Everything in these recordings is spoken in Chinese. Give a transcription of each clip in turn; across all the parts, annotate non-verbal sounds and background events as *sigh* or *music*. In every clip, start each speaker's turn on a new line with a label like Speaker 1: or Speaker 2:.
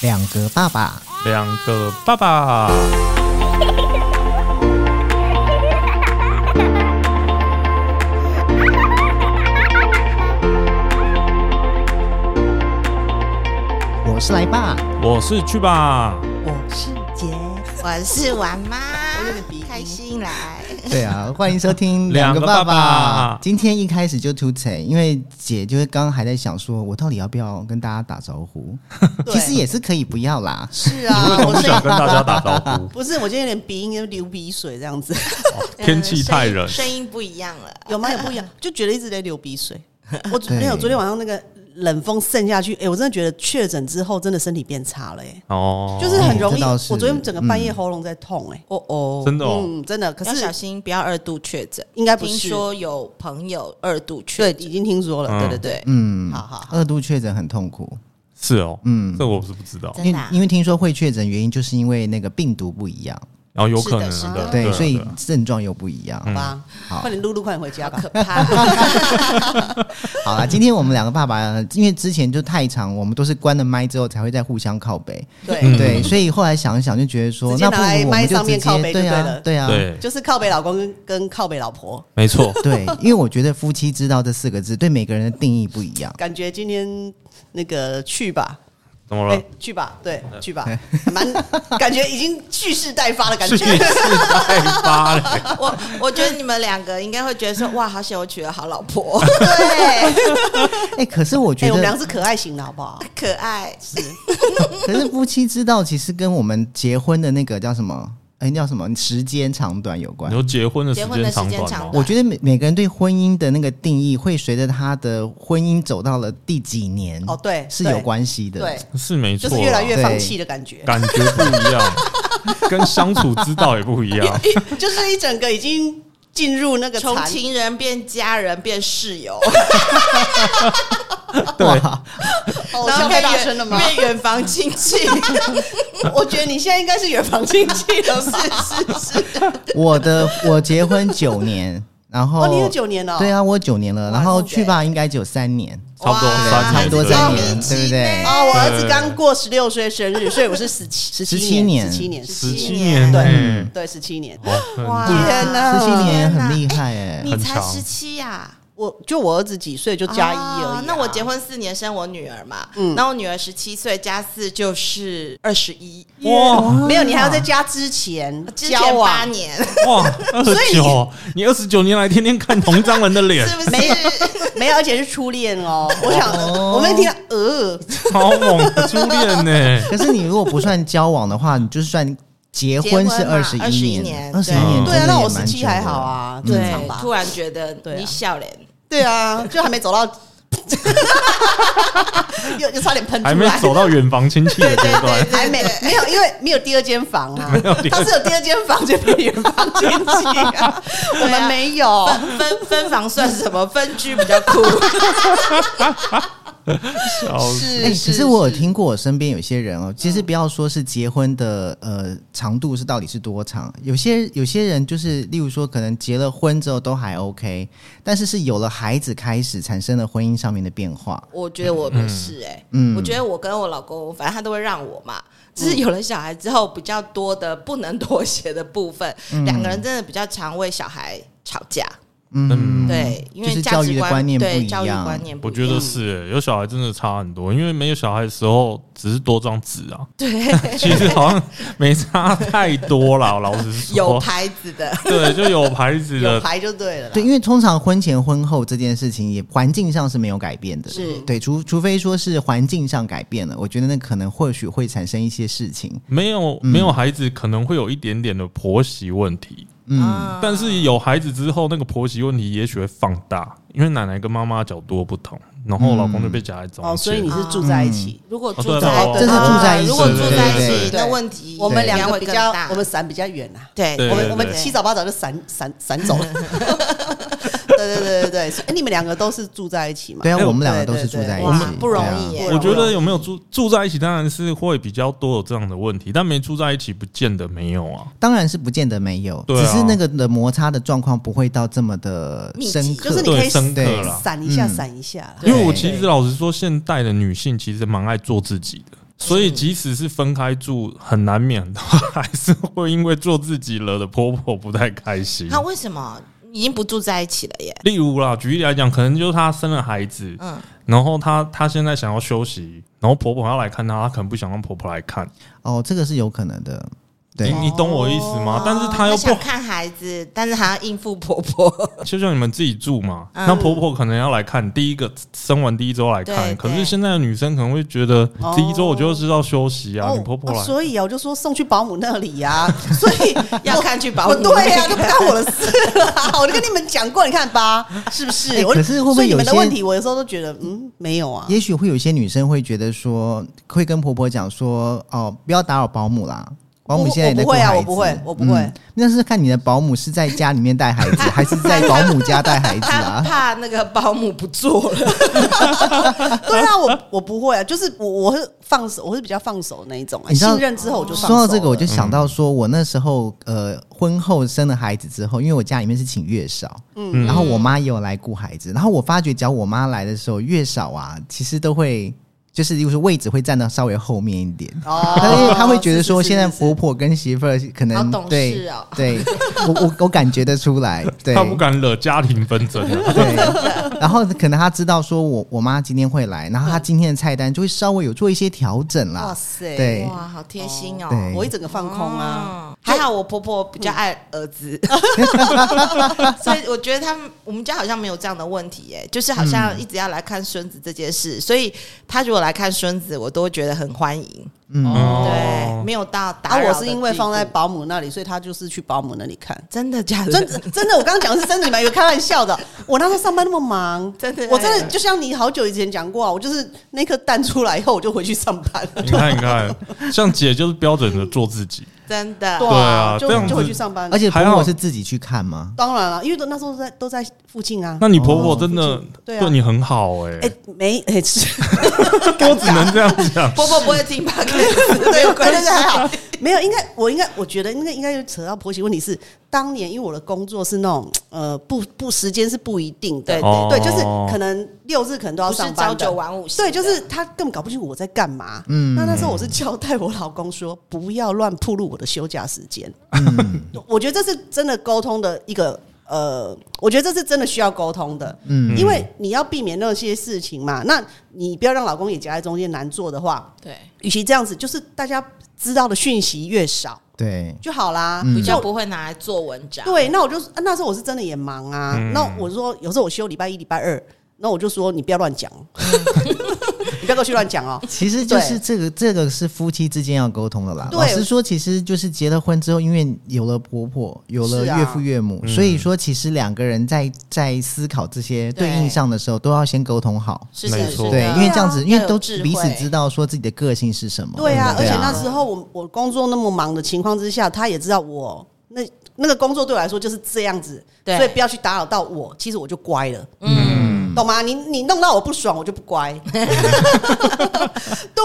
Speaker 1: 两个爸爸，
Speaker 2: 两个爸爸。
Speaker 1: 我是来爸，
Speaker 2: 我是去吧，
Speaker 3: 我是杰，
Speaker 4: 我是玩妈，
Speaker 3: 我有点鼻音
Speaker 4: 开心来，
Speaker 1: 对
Speaker 3: *laughs*
Speaker 1: 啊，欢迎收听
Speaker 2: 两个
Speaker 1: 个爸
Speaker 2: 爸爸
Speaker 1: 今天一开始就突彩，因为姐就是刚刚还在想说，我到底要不要跟大家打招呼？
Speaker 3: *laughs* 对
Speaker 1: 其实也是可以不要啦，
Speaker 3: 是
Speaker 2: 我
Speaker 3: 啊，
Speaker 2: 也
Speaker 3: 我
Speaker 2: 不
Speaker 3: 声
Speaker 2: 想
Speaker 3: 音。
Speaker 2: 跟大家打招呼
Speaker 4: *laughs*
Speaker 3: 不是，我今天有点鼻音，有点流鼻水这样子， *laughs*
Speaker 2: 天气太
Speaker 4: 嗯
Speaker 2: 冷，
Speaker 4: 声音声音不一样了。
Speaker 3: 有吗？也不一样，就觉得一直在流鼻
Speaker 4: *laughs*
Speaker 3: 水。我昨
Speaker 1: 对
Speaker 3: 没有，昨天晚上那个冷风渗下去，哎、我真的觉得确诊之后真的身体变差了、哎、
Speaker 2: 哦，
Speaker 3: 就是很容
Speaker 1: 这
Speaker 4: 哎
Speaker 3: 易。
Speaker 1: 倒
Speaker 3: 我
Speaker 1: 是
Speaker 3: 昨天整个半夜喉咙在痛、哎、
Speaker 4: 哦哦，
Speaker 2: 真的哦。
Speaker 3: 嗯，真的，可
Speaker 4: 要小
Speaker 3: 是
Speaker 4: 心不要二度确诊。
Speaker 3: 应该不
Speaker 4: 听
Speaker 3: 是，
Speaker 4: 说有朋友二度确
Speaker 3: 对，
Speaker 4: 诊，
Speaker 3: 已经听说了，
Speaker 2: 嗯
Speaker 3: 对对
Speaker 4: 对
Speaker 3: 对，
Speaker 4: 对，
Speaker 1: 嗯，
Speaker 3: 好好好
Speaker 1: 二度确诊很痛苦，
Speaker 2: 是哦，
Speaker 1: 嗯，
Speaker 2: 这我是不知道，
Speaker 4: 真
Speaker 1: 因
Speaker 4: 的
Speaker 1: 为
Speaker 4: 啊
Speaker 1: 因为听说会确诊原因就是因为那个病毒不一样，
Speaker 2: 然后有可能
Speaker 4: 是的是
Speaker 2: 的，
Speaker 4: 的
Speaker 1: 对，
Speaker 2: 啊
Speaker 1: 所以
Speaker 2: 对啊
Speaker 1: 症状又不一样。
Speaker 3: 好吧，
Speaker 1: 好
Speaker 3: 快点露露，快点回家吧。
Speaker 4: 嗯可怕。
Speaker 1: 好啦，今天我们两个爸爸，因为之前就太长，我们都是关了麦之后才会再互相靠背，
Speaker 3: *laughs* 对，
Speaker 2: 嗯
Speaker 1: 对，所以后来想一想就觉得说，
Speaker 3: 直接
Speaker 1: 那
Speaker 3: 拿
Speaker 1: 不
Speaker 3: 来
Speaker 1: 如我
Speaker 3: 麦
Speaker 1: 们就
Speaker 3: 上
Speaker 1: 直
Speaker 3: 面靠
Speaker 1: 接
Speaker 3: 背就对
Speaker 1: 啊
Speaker 3: 了，
Speaker 1: 对啊，
Speaker 2: 对，
Speaker 3: 就是靠北老公跟跟靠北老婆，
Speaker 2: 没
Speaker 4: *laughs*
Speaker 2: 错，
Speaker 3: *laughs*
Speaker 1: 对，因为我觉得“夫妻之道”这四个字对每个人的定义不一
Speaker 3: *laughs*
Speaker 1: 样。
Speaker 3: 感觉今天那个去吧，
Speaker 2: 怎么了？
Speaker 3: 哎、
Speaker 2: 嗯
Speaker 3: 去吧，对，去吧，
Speaker 1: 哎
Speaker 3: 蛮感觉已经蓄势待发的
Speaker 2: *laughs*
Speaker 3: 感
Speaker 2: 蓄
Speaker 3: 觉
Speaker 2: 势。待发嘞，
Speaker 4: 我我觉得你们两个应该会觉得说，哇，好险我娶了好老婆，
Speaker 3: 对，
Speaker 1: 哎、可是我
Speaker 3: 哎、
Speaker 1: 觉
Speaker 3: 我们
Speaker 1: 得
Speaker 3: 俩，是可爱型的好不好？
Speaker 4: *laughs* 可爱。
Speaker 1: 可是夫妻之道其实跟我们结婚的那个叫什么？哎、叫什么时间长短有关
Speaker 2: 你。说结婚的时
Speaker 4: 结婚的
Speaker 2: 间
Speaker 4: 时
Speaker 2: 长
Speaker 4: 间
Speaker 2: 短
Speaker 4: 长
Speaker 2: 吗？
Speaker 4: 短
Speaker 1: 我觉得每每个人对婚姻的那个定义，会随着他的婚姻走到了第几年，
Speaker 3: 哦，对，
Speaker 1: 是
Speaker 3: 对
Speaker 1: 有，关系的。
Speaker 3: 对，
Speaker 2: 是没错
Speaker 3: 就
Speaker 2: 啊，
Speaker 3: 是越来越
Speaker 1: 对
Speaker 3: 放弃的感觉，
Speaker 2: 感觉不一
Speaker 4: *laughs*
Speaker 2: 样，跟相处之道也不一样。
Speaker 3: *laughs* 就是一整个已经进入那个
Speaker 4: 从
Speaker 3: 残
Speaker 4: 情人变家人变
Speaker 3: *laughs*
Speaker 4: 室友，
Speaker 1: 哇，
Speaker 3: 哦，
Speaker 4: 然后
Speaker 3: 笑太
Speaker 4: 变
Speaker 3: 大声了
Speaker 4: 远
Speaker 3: 吗？
Speaker 4: 变远房亲
Speaker 3: *laughs*
Speaker 4: 戚，
Speaker 3: 我觉得你现在应该是远房亲戚了，是是是。
Speaker 1: 我的我结婚九
Speaker 3: *laughs*
Speaker 1: 年，然后、
Speaker 3: 哦，你有九年了、哦，
Speaker 1: 对啊，我九年了，
Speaker 4: 哇
Speaker 1: 然后
Speaker 4: 那
Speaker 1: 去吧应该只有三年，
Speaker 2: 差不多
Speaker 4: 哇
Speaker 2: 三年
Speaker 1: 差不多
Speaker 2: 左右
Speaker 1: 三
Speaker 4: 莫
Speaker 1: 年，
Speaker 4: 名其
Speaker 1: 对不对？
Speaker 4: 妙
Speaker 3: 啊，我儿子刚过十六岁生日，所以我是十七十
Speaker 1: 17年
Speaker 3: 十七年，
Speaker 2: 十七
Speaker 4: 17
Speaker 2: 年嗯
Speaker 3: 对
Speaker 2: 呢，
Speaker 3: 对十七年。
Speaker 2: 哦很
Speaker 4: 哇
Speaker 3: 天哪，
Speaker 1: 十七年很
Speaker 4: 天哪
Speaker 1: 厉害哎、
Speaker 4: 你
Speaker 2: 很
Speaker 4: 才
Speaker 2: 长
Speaker 4: 十七呀。
Speaker 3: 我就我儿子几岁就加一而已啊、
Speaker 4: 哦那我结婚四年生我女儿嘛，
Speaker 3: 嗯
Speaker 4: 那我女儿十七岁加四就是二十一，
Speaker 2: 哇
Speaker 3: 没有，你还要在加之前
Speaker 4: 之
Speaker 3: 交
Speaker 4: 前八
Speaker 3: 往，
Speaker 1: *laughs*
Speaker 4: 年
Speaker 2: 哇，二
Speaker 3: 所以
Speaker 2: 十九，你二十九年来天天看同张人的脸，
Speaker 4: 是不是？
Speaker 3: 没没有，而且是初恋哦。我想，我们听到呃，
Speaker 2: 超猛的初恋呢。
Speaker 3: *laughs*
Speaker 2: *laughs*
Speaker 1: 可是你如果不算交往的话，你就算结婚是
Speaker 4: 结婚嘛
Speaker 1: 二十一
Speaker 4: 21年
Speaker 1: 二十一年
Speaker 2: 嗯
Speaker 1: 真
Speaker 3: 对啊，
Speaker 1: 的也
Speaker 3: 那我
Speaker 1: 蛮
Speaker 3: 十七
Speaker 1: 久的嗯
Speaker 3: 还好。啊，正常
Speaker 4: 对，
Speaker 3: 吧
Speaker 4: 突？然觉得
Speaker 3: 对啊
Speaker 4: 你笑脸，
Speaker 3: 对啊，就还没走到， *laughs* 又又差点喷出
Speaker 2: 还没
Speaker 3: 来。
Speaker 2: 走到远房亲戚的阶段，
Speaker 3: 还没没有，因为没有第二间房啊
Speaker 2: 没有第，二
Speaker 3: 他是有第二间房就变远房亲戚啊，我
Speaker 4: 对
Speaker 3: 们
Speaker 4: 啊
Speaker 3: 没有，
Speaker 4: 分分 *laughs* 分房算什么？分居比较
Speaker 3: *laughs*
Speaker 4: 酷。
Speaker 2: 笑死
Speaker 1: 哎、可是我有听过我身边有些人哦，其实不要说是结婚的呃长度是到底是多长，有些有些人就是，例如说可能结了婚之后都还 OK，但是是有了孩子开始产生了婚姻上面的变化。
Speaker 4: 我觉得我不是哎、
Speaker 1: 嗯
Speaker 4: 我觉得我跟我老公，反正他都会让我嘛。只是有了小孩之后，比较多的不能妥协的部分，两、个人真的比较常为小孩吵架。
Speaker 1: 嗯，
Speaker 4: 对，因
Speaker 1: 就
Speaker 4: 为
Speaker 1: 是
Speaker 4: 价
Speaker 1: 教育
Speaker 4: 值
Speaker 1: 的
Speaker 4: 观
Speaker 1: 观念不
Speaker 4: 对
Speaker 1: 一
Speaker 4: 教育
Speaker 1: 样
Speaker 4: 观念不
Speaker 2: 我
Speaker 4: 一样，
Speaker 2: 觉得是、欸，有小孩真的差很多，因为没有小孩的时候只是多张纸啊，对，其实好像没差太多啦。我老实说，
Speaker 4: 有牌子的。
Speaker 2: 对，就有牌子
Speaker 3: 有
Speaker 2: 的，
Speaker 3: 牌就对了啦。
Speaker 1: 嗯对，因为通常婚前婚后这件事情也环境上是没有改变的，
Speaker 4: 是
Speaker 1: 对，除除非说是环境上改变了，我觉得那可能或许会产生一些事情，
Speaker 2: 没有没有孩子可能会有一点点的婆媳问题，
Speaker 1: 嗯，
Speaker 4: 啊
Speaker 2: 但是有孩子之后，那个婆媳问题也许会放大，因为奶奶跟妈妈角度不同，然后老公就被夹在中间、
Speaker 3: 哦，所以你是住在一起，
Speaker 4: 如果
Speaker 2: 哦
Speaker 4: 住
Speaker 2: 对啦
Speaker 4: 在
Speaker 2: 哦
Speaker 4: 跟
Speaker 2: 真
Speaker 1: 啊的住在一起
Speaker 4: 如果住
Speaker 1: 对
Speaker 4: 在
Speaker 1: 对
Speaker 4: 一起，
Speaker 3: 对
Speaker 4: 那问题
Speaker 3: 我们两
Speaker 4: 应该
Speaker 3: 个
Speaker 4: 会
Speaker 3: 比
Speaker 4: 更
Speaker 3: 较
Speaker 4: 大。，
Speaker 3: 我们散比较远啊。
Speaker 4: 对
Speaker 2: 对
Speaker 3: 我
Speaker 2: 对
Speaker 3: 们我们
Speaker 2: 对
Speaker 3: 七早八早就散散散
Speaker 2: *laughs*
Speaker 3: 走了，对对对对对，所以哎，你们两个都是住在一起嘛？
Speaker 1: 对啊，
Speaker 2: 哎
Speaker 1: 我们两个都
Speaker 3: 对
Speaker 1: 是
Speaker 3: 对
Speaker 1: 住
Speaker 3: 对
Speaker 1: 在一
Speaker 4: 哇
Speaker 1: 起，
Speaker 4: 不容
Speaker 1: 对啊
Speaker 4: 易耶
Speaker 2: 我觉得有没有住住在一起，当然是会比较多有这样的问题，但没住在一起不见得没有啊。
Speaker 1: 当然是不见得没有，
Speaker 2: 对啊
Speaker 1: 只是那个的摩擦的状况不会到这么的深
Speaker 4: 密集
Speaker 1: 刻，
Speaker 3: 就是你可
Speaker 2: 对
Speaker 3: 以
Speaker 2: 深刻
Speaker 1: 对
Speaker 2: 啦
Speaker 3: 闪一下，
Speaker 1: 嗯
Speaker 3: 闪一下啦。
Speaker 2: 因为我
Speaker 1: 对
Speaker 2: 其实老实说，现代的女性其实蛮爱做自己的，所以即使是分开住，很难免 *laughs* 的话，还是会因为做自己惹的婆婆不太开心。
Speaker 4: 他为什么已经不住在一起了耶？
Speaker 2: 例如啦，举例来讲，可能就是她生了孩子，
Speaker 4: 嗯
Speaker 2: 然后她她现在想要休息，然后婆婆要来看她，她可能不想让婆婆来看。
Speaker 1: 哦，这个是有可能的。对
Speaker 2: 你，你懂我意思
Speaker 3: 哦
Speaker 2: 吗？但是她
Speaker 4: 她
Speaker 2: 又
Speaker 4: 想
Speaker 2: 不，
Speaker 4: 看孩子，但是还要应付婆婆。
Speaker 2: 就像你们自己住嘛，
Speaker 3: 嗯
Speaker 2: 那婆婆可能要来看，第一个生完第一周来看。
Speaker 4: 对
Speaker 2: 可是
Speaker 4: 对
Speaker 2: 现在的女生可能会觉得，
Speaker 3: 哦
Speaker 2: 第一周我就是要休息啊，
Speaker 3: 哦
Speaker 2: 你婆婆
Speaker 3: 哦
Speaker 2: 来
Speaker 3: 所以啊，我就说送去保姆那里呀、
Speaker 2: *laughs*
Speaker 3: 所以
Speaker 4: 要看去保姆
Speaker 3: 我对呀、
Speaker 4: 那
Speaker 3: 都
Speaker 4: 个
Speaker 3: 不干我的事啦。我就跟你们讲过，你看吧，
Speaker 2: *laughs*
Speaker 3: 是不是？
Speaker 1: 哎
Speaker 3: 我
Speaker 1: 可是会不会
Speaker 3: 所以你
Speaker 1: 有
Speaker 3: 们的
Speaker 1: 些
Speaker 3: 问题，我有时候都觉得，嗯，没有啊。
Speaker 1: 也许会有一些女生会觉得说，会跟婆婆讲说，哦，不要打扰保姆啦。保姆现在也在
Speaker 3: 我不
Speaker 1: 顾
Speaker 3: 会啊
Speaker 1: 孩子
Speaker 3: 我不会我不会
Speaker 1: 嗯那是看你的保姆是在家里面带孩子，还是在保姆家带孩子
Speaker 4: 他
Speaker 1: 啊？
Speaker 3: *laughs*
Speaker 4: 怕那个保姆不做了，
Speaker 3: 对啊，我我不会啊，就是我我会放手，我是比较放手那一种、啊。
Speaker 1: 你知道
Speaker 3: 信任之后我就放手
Speaker 1: 说到这个，我
Speaker 3: 了
Speaker 1: 就想到说，我那时候呃，婚后生了孩子之后，因为我家里面是请月嫂，嗯，然后我妈也有来顾孩子，然后我发觉，只要我妈来的时候，月嫂啊，其实都会就是就是位置会站到稍微后面一点。
Speaker 3: 哦
Speaker 1: 但是她会觉得说，
Speaker 3: 是是
Speaker 1: 现
Speaker 3: 是
Speaker 1: 在
Speaker 3: 是
Speaker 1: 婆婆跟媳妇儿可能
Speaker 4: 好懂
Speaker 1: 对
Speaker 4: 事哦
Speaker 1: 对，我我我感觉得出来，对，
Speaker 2: 她不敢惹家庭纷争
Speaker 3: *laughs*
Speaker 2: 啊。
Speaker 1: 对，然后可能他知道说我我妈今天会来，然后他今天的菜单就会稍微有做一些调整
Speaker 3: 哇
Speaker 1: 啦。
Speaker 3: 塞，
Speaker 1: 对
Speaker 4: 哇，好贴心哦。
Speaker 1: 对
Speaker 3: 我一整个放空啊。
Speaker 4: 哦还好我婆婆比较爱
Speaker 1: *laughs*
Speaker 4: 儿子，所以我觉得他们我们家好像没有这样的问题耶，就是好像
Speaker 1: 嗯
Speaker 4: 一直要来看孙子这件事，所以他如果来看孙子，我都会觉得很欢迎，
Speaker 1: 嗯，
Speaker 2: 哦
Speaker 4: 对，没有到打
Speaker 3: 啊，
Speaker 4: 扰的地步。
Speaker 3: 我是因为放在保姆那里，所以他就是去保姆那里
Speaker 4: *laughs*
Speaker 3: 看。
Speaker 4: 真的假的？
Speaker 3: 真的真的，我刚刚讲的是真的，你们以为开玩笑
Speaker 4: *laughs*
Speaker 3: 的。我那时候上班那么忙，
Speaker 4: 真的
Speaker 3: 我真的就像你好久以前讲过啊，我就是那颗蛋出来以后，我就回去上班了。
Speaker 2: 你看，你看，像姐就是标准的做自己，
Speaker 4: 真的
Speaker 2: 对啊这样
Speaker 3: 就
Speaker 2: 子
Speaker 3: 就回去上班。
Speaker 1: 而且
Speaker 2: 还
Speaker 1: 婆
Speaker 2: 好
Speaker 1: 婆是自己去看吗？
Speaker 3: 当然了，因为都那时候在都在附近啊。
Speaker 2: 那你婆婆真的
Speaker 3: 哦对啊
Speaker 2: 对你很好哎、
Speaker 3: 哎、没哎、是，
Speaker 2: 我只能这样讲。
Speaker 4: 婆婆不会
Speaker 1: *laughs*
Speaker 4: 听吧？
Speaker 3: 没
Speaker 4: 没
Speaker 3: 有
Speaker 4: 有
Speaker 3: 关
Speaker 4: 关
Speaker 3: 系，
Speaker 4: 系，
Speaker 3: 还好，没有。应该我应该我觉得应该应该有扯到婆媳问题是，当年因为我的工作是那种呃不不时间是不一定的，
Speaker 4: 对
Speaker 2: 哦
Speaker 3: 对，就是可能六日可能都要
Speaker 4: 不是
Speaker 3: 上班
Speaker 4: 朝
Speaker 3: 的
Speaker 4: 九晚五型
Speaker 3: 对，
Speaker 4: 的，
Speaker 3: 就是他根本搞不清楚我在干嘛。
Speaker 1: 嗯
Speaker 3: 那那时候我是交代我老公说，不要乱暴露我的休假时间。我觉得这是真的沟通的一个呃，我觉得这是真的需要沟通的。
Speaker 1: 嗯
Speaker 3: 因为你要避免那些事情嘛，那你不要让老公也夹在中间难做的话，
Speaker 4: 对，
Speaker 3: 与其这样子，就是大家知道的讯息越少
Speaker 1: 对，
Speaker 3: 就好啦。
Speaker 1: 嗯
Speaker 4: 比
Speaker 3: 就
Speaker 4: 较不会拿来做文章。
Speaker 3: 对，那我就啊那时候我是真的也忙啊，
Speaker 2: 嗯
Speaker 3: 那我说有时候我休礼拜一、礼拜二，那我就说你不要乱讲，哦 *laughs* 你不要过去乱讲哦。
Speaker 1: 其实就是
Speaker 3: 对
Speaker 1: 这个这个是夫妻之间要沟通的啦。
Speaker 3: 对
Speaker 1: 老实说，其实就是结了婚之后，因为有了婆婆，有了
Speaker 3: 是啊
Speaker 1: 岳父岳母，
Speaker 2: 嗯
Speaker 1: 所以说其实两个人在在思考这些对应上的时候，都要先沟通好。
Speaker 4: 是
Speaker 2: 没
Speaker 4: 的，
Speaker 2: 错
Speaker 4: 是的
Speaker 1: 对，因为这样
Speaker 3: 啊
Speaker 1: 子，因为
Speaker 4: 要
Speaker 1: 都
Speaker 4: 有智慧
Speaker 1: 彼此知道说自己的个性是什么。
Speaker 3: 对啊，而
Speaker 1: 对
Speaker 3: 且
Speaker 1: 啊
Speaker 3: 那时候我我工作那么忙的情况之下，他也知道我那那个工作对我来说就是这样子，
Speaker 4: 对
Speaker 3: 所以不要去打扰到我，其实我就乖了，
Speaker 4: 嗯，
Speaker 3: 懂吗？你你弄到我不爽，我就不
Speaker 1: *laughs*
Speaker 3: 乖。 *laughs* 对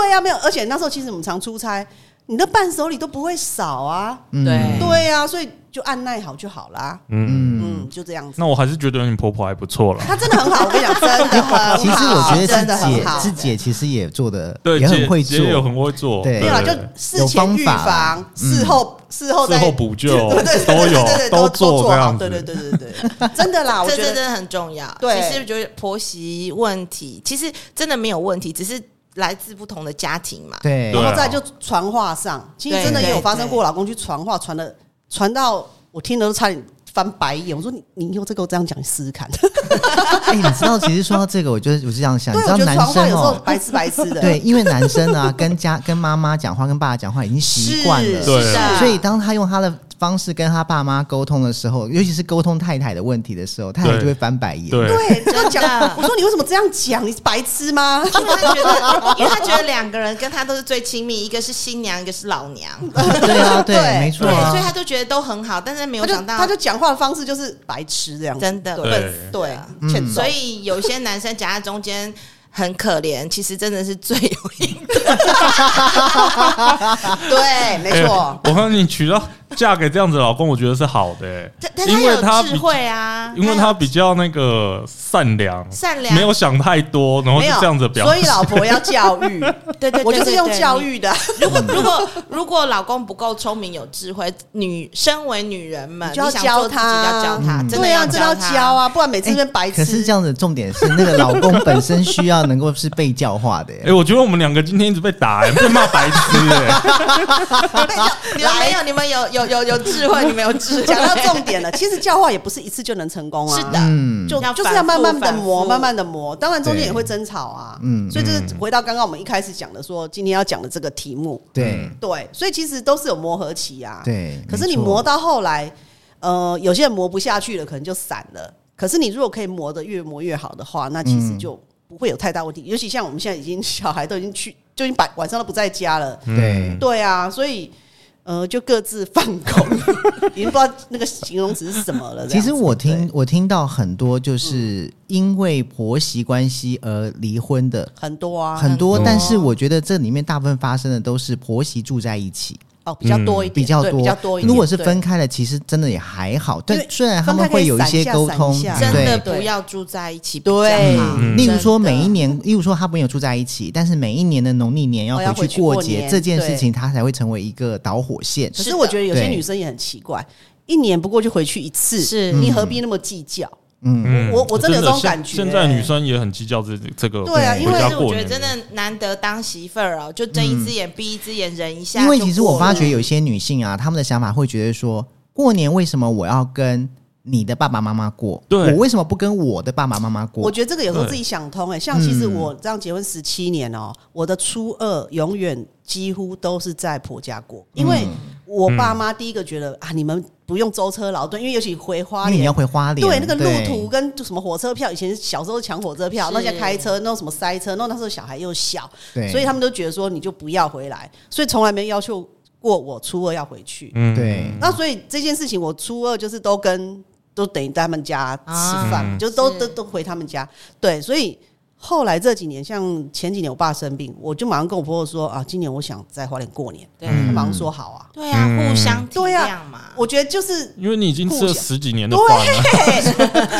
Speaker 3: 呀、啊，没有，而且那时候其实我们常出差，你的伴手礼都不会少啊，
Speaker 1: 嗯
Speaker 4: 对
Speaker 3: 对呀、啊，所以就按耐好就好啦，
Speaker 2: 嗯，
Speaker 3: 嗯，就这样子。
Speaker 2: 那我还是觉得你婆婆还不错啦。
Speaker 3: 他真的很好，我跟你讲，真的很好。
Speaker 1: 其实我觉得
Speaker 3: 真的
Speaker 1: 是
Speaker 3: 很
Speaker 1: 姐
Speaker 3: 好，
Speaker 1: 是姐，其实也做的，
Speaker 2: *laughs* 对，
Speaker 1: 也
Speaker 2: 姐
Speaker 1: 很会
Speaker 2: 姐
Speaker 1: 做，
Speaker 2: 也很会做，
Speaker 1: 对
Speaker 3: 没有啦，就事前预
Speaker 1: 有方法啦嗯
Speaker 3: 防，事后事后
Speaker 2: 事
Speaker 3: 再
Speaker 2: 后补救
Speaker 3: *laughs* 对对对
Speaker 2: 都有
Speaker 3: 对对对
Speaker 2: 都
Speaker 3: 都
Speaker 2: 做
Speaker 3: 做
Speaker 2: 这
Speaker 3: 好
Speaker 2: 样子
Speaker 3: 对对对对对，真的啦，我
Speaker 4: 这
Speaker 3: 觉
Speaker 4: 这真
Speaker 3: 得
Speaker 4: 的很重要。
Speaker 3: 对
Speaker 4: 其实我觉得婆媳问题其实真的没有问题，只是来自不同的家庭嘛。
Speaker 1: 对
Speaker 2: 对啊
Speaker 3: 然后再就传话上，其实真的也有发生过，我老公去传话，传的传到我听了都差点翻白眼，我说你你以后再给我这样讲，你试试
Speaker 4: *laughs*
Speaker 3: 看。
Speaker 1: 哎、你知道，其实说到这个，我就我是这样想，
Speaker 3: 对，
Speaker 1: 你
Speaker 3: 我
Speaker 1: 知道
Speaker 3: 觉得
Speaker 1: 男
Speaker 3: 传话
Speaker 1: 生
Speaker 3: 有时候
Speaker 1: 哦、
Speaker 3: 白痴白痴的，
Speaker 1: 对，因为男生啊，跟家跟妈妈讲话，跟爸爸讲话已经习惯了，
Speaker 3: 是
Speaker 2: 对啊
Speaker 4: 是的
Speaker 1: 所以当他用他的方式跟他爸妈沟通的时候，尤其是沟通太太的问题的时候，太太就会翻白眼。
Speaker 2: 对
Speaker 3: 对，这样
Speaker 4: *laughs* 真的
Speaker 3: 讲，我说你为什么这样讲？你是白痴吗？
Speaker 4: 因为他觉得， *laughs* 因为他觉得两个人跟他都是最亲密，一个是新娘，一个是老娘，
Speaker 1: *laughs* 对啊，对，
Speaker 3: 对
Speaker 1: 没错
Speaker 4: 对，
Speaker 1: 啊
Speaker 4: 所以。他就觉得都很好，但是没有
Speaker 3: 他就
Speaker 4: 想到，
Speaker 3: 他就讲话的方式就是白痴这样子，
Speaker 4: 真的
Speaker 3: 对
Speaker 2: 对
Speaker 3: 对啊
Speaker 1: 嗯，
Speaker 3: 欠揍
Speaker 4: 所以有些男生夹在中间很可怜，其实真的是
Speaker 3: *laughs*
Speaker 4: 最有益。
Speaker 3: 对，没错。
Speaker 2: 哎我看你娶到嫁给这样子的老公，我觉得是好的、
Speaker 3: *laughs*
Speaker 2: 欸，
Speaker 4: 但但
Speaker 2: 因为
Speaker 4: 他
Speaker 2: 他
Speaker 4: 有智
Speaker 2: 比
Speaker 4: 慧啊，
Speaker 2: 因为
Speaker 4: 有
Speaker 2: 他比较那个善良，
Speaker 4: 善良
Speaker 2: 没有想太多，然后
Speaker 3: 没
Speaker 2: 就
Speaker 3: 有
Speaker 2: 哎这样子表
Speaker 3: 所以
Speaker 2: 现。
Speaker 3: 老婆要教育，
Speaker 4: *laughs* 对对，
Speaker 3: 我就是
Speaker 4: 对
Speaker 3: 用教。
Speaker 4: 对对
Speaker 3: 育的，
Speaker 4: 如果如果如果老公不够聪明有智慧，女身为女人们，
Speaker 3: 你就要
Speaker 4: 你想
Speaker 3: 教
Speaker 4: 做自己
Speaker 3: 他
Speaker 4: 要教他，哎
Speaker 1: 嗯
Speaker 4: 真
Speaker 3: 对
Speaker 4: 的
Speaker 3: 呀，
Speaker 4: 教
Speaker 3: 真的要教
Speaker 4: 啊。
Speaker 3: 啊，不然每次跟白
Speaker 1: 可是
Speaker 3: 痴
Speaker 1: 这。样子，重点是那个老公本身需要能够是被教化的、
Speaker 2: 哎、我觉得我们两个今天一直被打、欸，被骂白痴、欸，
Speaker 3: *laughs*
Speaker 4: 你们没有，你们有有有有
Speaker 3: *laughs*
Speaker 4: 智慧，你们有智慧。
Speaker 3: 讲到重点了，其实教化也不是一次就能成功啊。
Speaker 4: 是的
Speaker 1: 嗯，
Speaker 3: 就
Speaker 4: 要
Speaker 3: 就是
Speaker 4: 反
Speaker 3: 要慢慢
Speaker 4: 复
Speaker 3: 的
Speaker 4: 反
Speaker 3: 磨，
Speaker 4: 复
Speaker 3: 慢慢的磨，当然中间
Speaker 1: 对
Speaker 3: 也会争吵啊。
Speaker 1: 嗯
Speaker 3: 嗯，所以就是
Speaker 2: 嗯
Speaker 3: 回到刚刚我们一开始讲的说，今天要讲的这个题目，
Speaker 1: 对
Speaker 3: 对，所以其实都是有磨合期啊。，
Speaker 1: 对。
Speaker 3: 可是你
Speaker 1: 没错
Speaker 3: 磨到后来，呃，有些人磨不下去了，可能就散了。可是你如果可以磨得越磨越好的话，那其实
Speaker 1: 嗯
Speaker 3: 就不会有太大问题。尤其像我们现在已经 *laughs* 小孩都已经去，就已经把晚上都不在家了。
Speaker 2: 嗯
Speaker 1: 对
Speaker 3: 对啊，所以呃，就各自放空， *laughs* 已经不知道那个形容词是什么了。这
Speaker 1: 其
Speaker 3: 样
Speaker 1: 实
Speaker 3: 子
Speaker 1: 我
Speaker 3: 对
Speaker 1: 听我听到很多就是因为婆媳关系而离婚的
Speaker 3: 很多啊，
Speaker 1: 很多，
Speaker 2: 很多
Speaker 1: 但是我觉得这里面大部分发生的都是婆媳住在一起
Speaker 3: 哦，比较多一点，
Speaker 1: 嗯比较
Speaker 3: 对
Speaker 1: 多，
Speaker 3: 比较多一点。
Speaker 1: 如果是
Speaker 3: 对
Speaker 1: 分开了，其实真的也还好，但
Speaker 3: 因为
Speaker 1: 虽然他们
Speaker 3: 分开可
Speaker 1: 会
Speaker 3: 以
Speaker 1: 有一些
Speaker 3: 散一下
Speaker 1: 沟通
Speaker 3: 散一，下
Speaker 4: *laughs* 真的
Speaker 1: 对。
Speaker 4: 不要住在一起比较
Speaker 3: 对
Speaker 4: 好。
Speaker 2: 嗯
Speaker 1: 例如说，
Speaker 4: 真的
Speaker 1: 每一年，例如说他没有住在一起，但是每一年的农历年要
Speaker 3: 哦要
Speaker 1: 回
Speaker 3: 回
Speaker 1: 去
Speaker 3: 去过
Speaker 1: 节，
Speaker 3: 年
Speaker 1: 这件事
Speaker 3: 对
Speaker 1: 情它才会成为一个导火线。
Speaker 3: 可
Speaker 4: 是
Speaker 3: 是
Speaker 4: 的
Speaker 3: 我觉得有些
Speaker 1: 对
Speaker 3: 女生也很奇怪，一年不过就回去一次，
Speaker 4: 是
Speaker 3: 你何必那么计较？
Speaker 1: 嗯，
Speaker 2: 嗯
Speaker 3: 我我真的有这种
Speaker 2: 现
Speaker 3: 感觉
Speaker 2: 现在女生也很计较这这个，
Speaker 3: 对啊因为
Speaker 2: 回
Speaker 4: 但
Speaker 2: 家
Speaker 4: 是
Speaker 2: 过
Speaker 4: 我觉
Speaker 2: 年
Speaker 4: 得真的难得当媳妇儿哦，就睁一只眼闭一只眼，忍一下
Speaker 3: 啊
Speaker 4: 就
Speaker 1: 嗯因
Speaker 4: 过了。
Speaker 1: 为其实我发觉有一些女性啊，她们的想法会觉得说，过年为什么我要跟你的爸爸妈妈过？
Speaker 2: 对
Speaker 1: 我为什么不跟我的爸爸妈妈过？
Speaker 3: 我觉得这个有时候
Speaker 2: 对
Speaker 3: 自己想通哎、像其实
Speaker 1: 嗯
Speaker 3: 我这样结婚十七年哦、我的初二永远几乎都是在婆家过，因为
Speaker 1: 嗯
Speaker 3: 我爸妈第一个觉得、啊，你们不用舟车劳顿，因为尤其回花
Speaker 1: 因为你
Speaker 3: 莲
Speaker 1: 要。回花莲，
Speaker 3: 对，那个路途跟什么火车票，以前小时候抢火车票，
Speaker 4: 是
Speaker 3: 那现在开车，弄什么塞车，弄那时候小孩又小，
Speaker 1: 对，
Speaker 3: 所以他们都觉得说你就不要回来，所以从来没要求过我初二要回去。
Speaker 2: 嗯
Speaker 1: 对
Speaker 3: 那所以这件事情，我初二就是都跟都等于在他们家吃饭，
Speaker 2: 啊
Speaker 3: 就都
Speaker 4: 是
Speaker 3: 都都回他们家。对，所以后来这几年，像前几年我爸生病，我就马上跟我婆婆说啊，今年我想在花莲过年，
Speaker 4: 对
Speaker 3: 她
Speaker 1: 嗯
Speaker 3: 马上说好啊。
Speaker 4: 对啊，
Speaker 2: 嗯
Speaker 4: 互相体
Speaker 3: 对啊
Speaker 4: 谅嘛。
Speaker 3: 我觉得就是， *laughs*
Speaker 2: 因为你已经吃了
Speaker 3: 互相
Speaker 2: 十几年的饭了，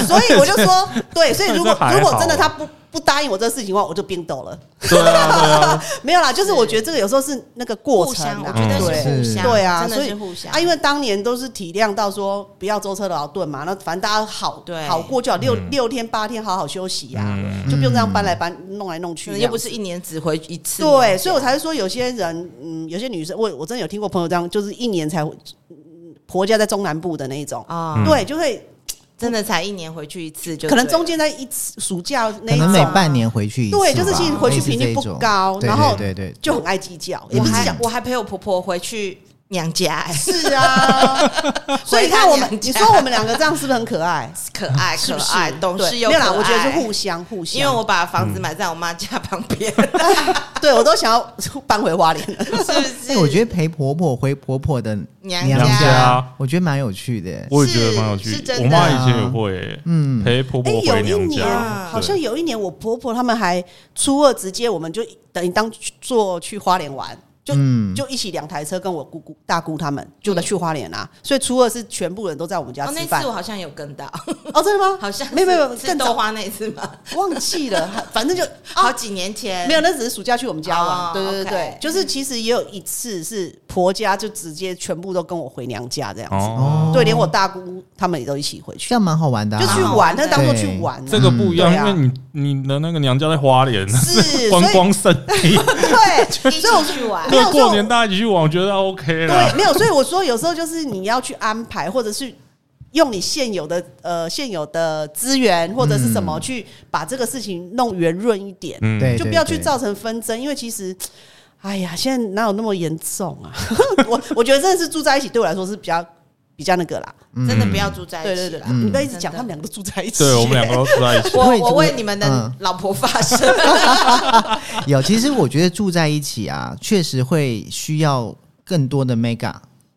Speaker 3: 所以我就说，对，所以如果
Speaker 2: 这还好
Speaker 3: 如果真的他不不答应我这事情的话，我就冰斗了。
Speaker 2: *laughs* 对啊，对啊，
Speaker 3: 没有啦，就是我觉得这个有时候是那个过
Speaker 4: 互
Speaker 3: 程
Speaker 4: 相，
Speaker 3: 啊，
Speaker 4: 我觉得
Speaker 3: 对
Speaker 4: 是互相，
Speaker 3: 对啊，
Speaker 4: 真
Speaker 3: 所
Speaker 4: 的
Speaker 3: 以
Speaker 4: 是互相
Speaker 3: 啊，因为当年都是体谅到说不要舟车劳顿嘛，那反正大家好
Speaker 4: 对
Speaker 3: 好过就好，六
Speaker 2: 嗯
Speaker 3: 六天八天好好休息呀、
Speaker 2: 嗯
Speaker 3: 就不用这样搬来搬弄来弄去
Speaker 4: 可
Speaker 3: 这
Speaker 4: 能
Speaker 3: 样，
Speaker 4: 又嗯不是一年只回一次。
Speaker 3: 对，所以我才会说有些人，嗯，有些女生，我我真的有听过朋友这样，就是一年才会嗯婆家在中南部的那一种，
Speaker 4: 啊，
Speaker 2: 嗯
Speaker 3: 对，就会
Speaker 4: 真的才一年回去一次就对了，
Speaker 3: 可能中间在一次暑假那
Speaker 1: 可
Speaker 3: 一
Speaker 1: 能每
Speaker 3: 种。
Speaker 1: 半年回去一次吧，
Speaker 3: 对就是其实回去
Speaker 1: 类似
Speaker 3: 频率
Speaker 1: 这
Speaker 3: 不
Speaker 1: 种
Speaker 3: 高
Speaker 1: 对
Speaker 3: 然后
Speaker 1: 对对对
Speaker 3: 就很爱计
Speaker 4: *laughs*
Speaker 3: 较，也
Speaker 4: 我
Speaker 3: 不是
Speaker 4: 还
Speaker 3: 讲
Speaker 4: 我还陪我婆婆回去娘家，哎
Speaker 3: 是
Speaker 4: *laughs*
Speaker 3: 啊，所以你看我们，你说我们两个这样是不是很可爱？
Speaker 4: 可爱
Speaker 3: 是
Speaker 4: 可
Speaker 3: 不是
Speaker 4: 爱，懂事
Speaker 3: 对
Speaker 4: 又
Speaker 3: 没
Speaker 4: 可
Speaker 3: 有
Speaker 4: 爱。
Speaker 3: 啦，我觉得是互相互相，
Speaker 4: 因为我 *laughs* 把房
Speaker 1: 嗯
Speaker 4: 子买在我妈家旁
Speaker 3: *laughs*
Speaker 4: 边，
Speaker 3: 对我都想
Speaker 4: *laughs*
Speaker 3: 要搬回花
Speaker 2: *laughs*
Speaker 3: 莲了。
Speaker 4: 是不
Speaker 1: 哎、
Speaker 4: 是？哦
Speaker 1: 我觉得陪婆婆回婆婆的
Speaker 4: 娘
Speaker 1: 家，
Speaker 2: 家
Speaker 1: 我觉得蛮有趣的。
Speaker 2: 我也觉得蛮有
Speaker 4: 是
Speaker 2: 趣
Speaker 4: 是。真的
Speaker 2: 我妈以前也会、欸，
Speaker 1: 嗯
Speaker 2: 陪婆婆
Speaker 3: 哎有
Speaker 2: 回
Speaker 3: 一
Speaker 2: 娘
Speaker 3: 年啊
Speaker 2: 家，
Speaker 3: 好像有一年，我婆婆他们还初二直接，我们就等于当做去花莲玩，就、
Speaker 1: 嗯
Speaker 3: 就一起两台车跟我姑姑、大姑他们就来去花莲
Speaker 2: 嗯
Speaker 3: 啊。所以初二是全部人都在我们家
Speaker 4: 哦，
Speaker 3: 吃
Speaker 4: 那
Speaker 3: 饭
Speaker 4: 次我。好像有跟到，
Speaker 3: 哦，真的吗？
Speaker 4: 好像
Speaker 3: 没有没有，
Speaker 4: 是
Speaker 3: 更
Speaker 4: 豆
Speaker 3: 早
Speaker 4: 花那一次吗？
Speaker 3: 忘记
Speaker 4: *laughs*
Speaker 3: 了，反正就
Speaker 4: 好几年前
Speaker 3: 没有，那只是暑假去我们家玩。
Speaker 4: 哦
Speaker 3: 对对对对
Speaker 4: OK
Speaker 3: 就是其实也有一次是婆家就直接全部都跟我回娘家这样子。
Speaker 2: 哦，
Speaker 3: 对，连我大姑他们也都一起回
Speaker 1: 这
Speaker 3: 去，
Speaker 1: 样蛮好玩的、啊，
Speaker 3: 就去
Speaker 4: 好
Speaker 3: 玩，
Speaker 4: 玩
Speaker 3: 那
Speaker 4: 的
Speaker 3: 当做
Speaker 1: 对
Speaker 3: 去玩啊、
Speaker 2: 这个不一样，
Speaker 3: 对啊
Speaker 2: 因为你你的那个娘家在花莲，*laughs*
Speaker 3: 是
Speaker 2: 观
Speaker 3: 所以 *laughs*
Speaker 2: 光圣地，
Speaker 3: 对，
Speaker 4: 哎一
Speaker 3: 所以我
Speaker 4: 起去玩
Speaker 3: 没。有
Speaker 2: 对，过年
Speaker 3: 就
Speaker 2: 大家一起去玩，我觉得
Speaker 1: 嗯
Speaker 2: OK 啦
Speaker 3: 对，。没有，所以我说有时候就是你要去安排，或者是用你现有的呃现有的资源或者是什么、去把这个事情弄圆润一点，
Speaker 1: 嗯
Speaker 2: 嗯
Speaker 1: 对
Speaker 3: 就不要去造成纷争，因为其实。哎呀，现在哪有那么严重啊？ *laughs* 我我觉得真的是住在一起，对我来说是比较比较那个啦。
Speaker 1: 嗯
Speaker 4: 真的不要住在
Speaker 3: 对
Speaker 4: 一
Speaker 3: 对
Speaker 4: 起
Speaker 3: 对嗯
Speaker 4: 了，。
Speaker 3: 你不要一直讲，
Speaker 4: 真的
Speaker 3: 他们两个都住在一起。
Speaker 2: 对我们两个都住
Speaker 3: *laughs*
Speaker 2: 在一起，
Speaker 4: 我
Speaker 1: 会
Speaker 4: 我
Speaker 1: *laughs* 我
Speaker 4: 为你们的
Speaker 1: 嗯
Speaker 4: 老
Speaker 1: *laughs*
Speaker 4: 婆发声，
Speaker 1: 有，其实我觉得住在一起啊，确实会需要更多的 mega，、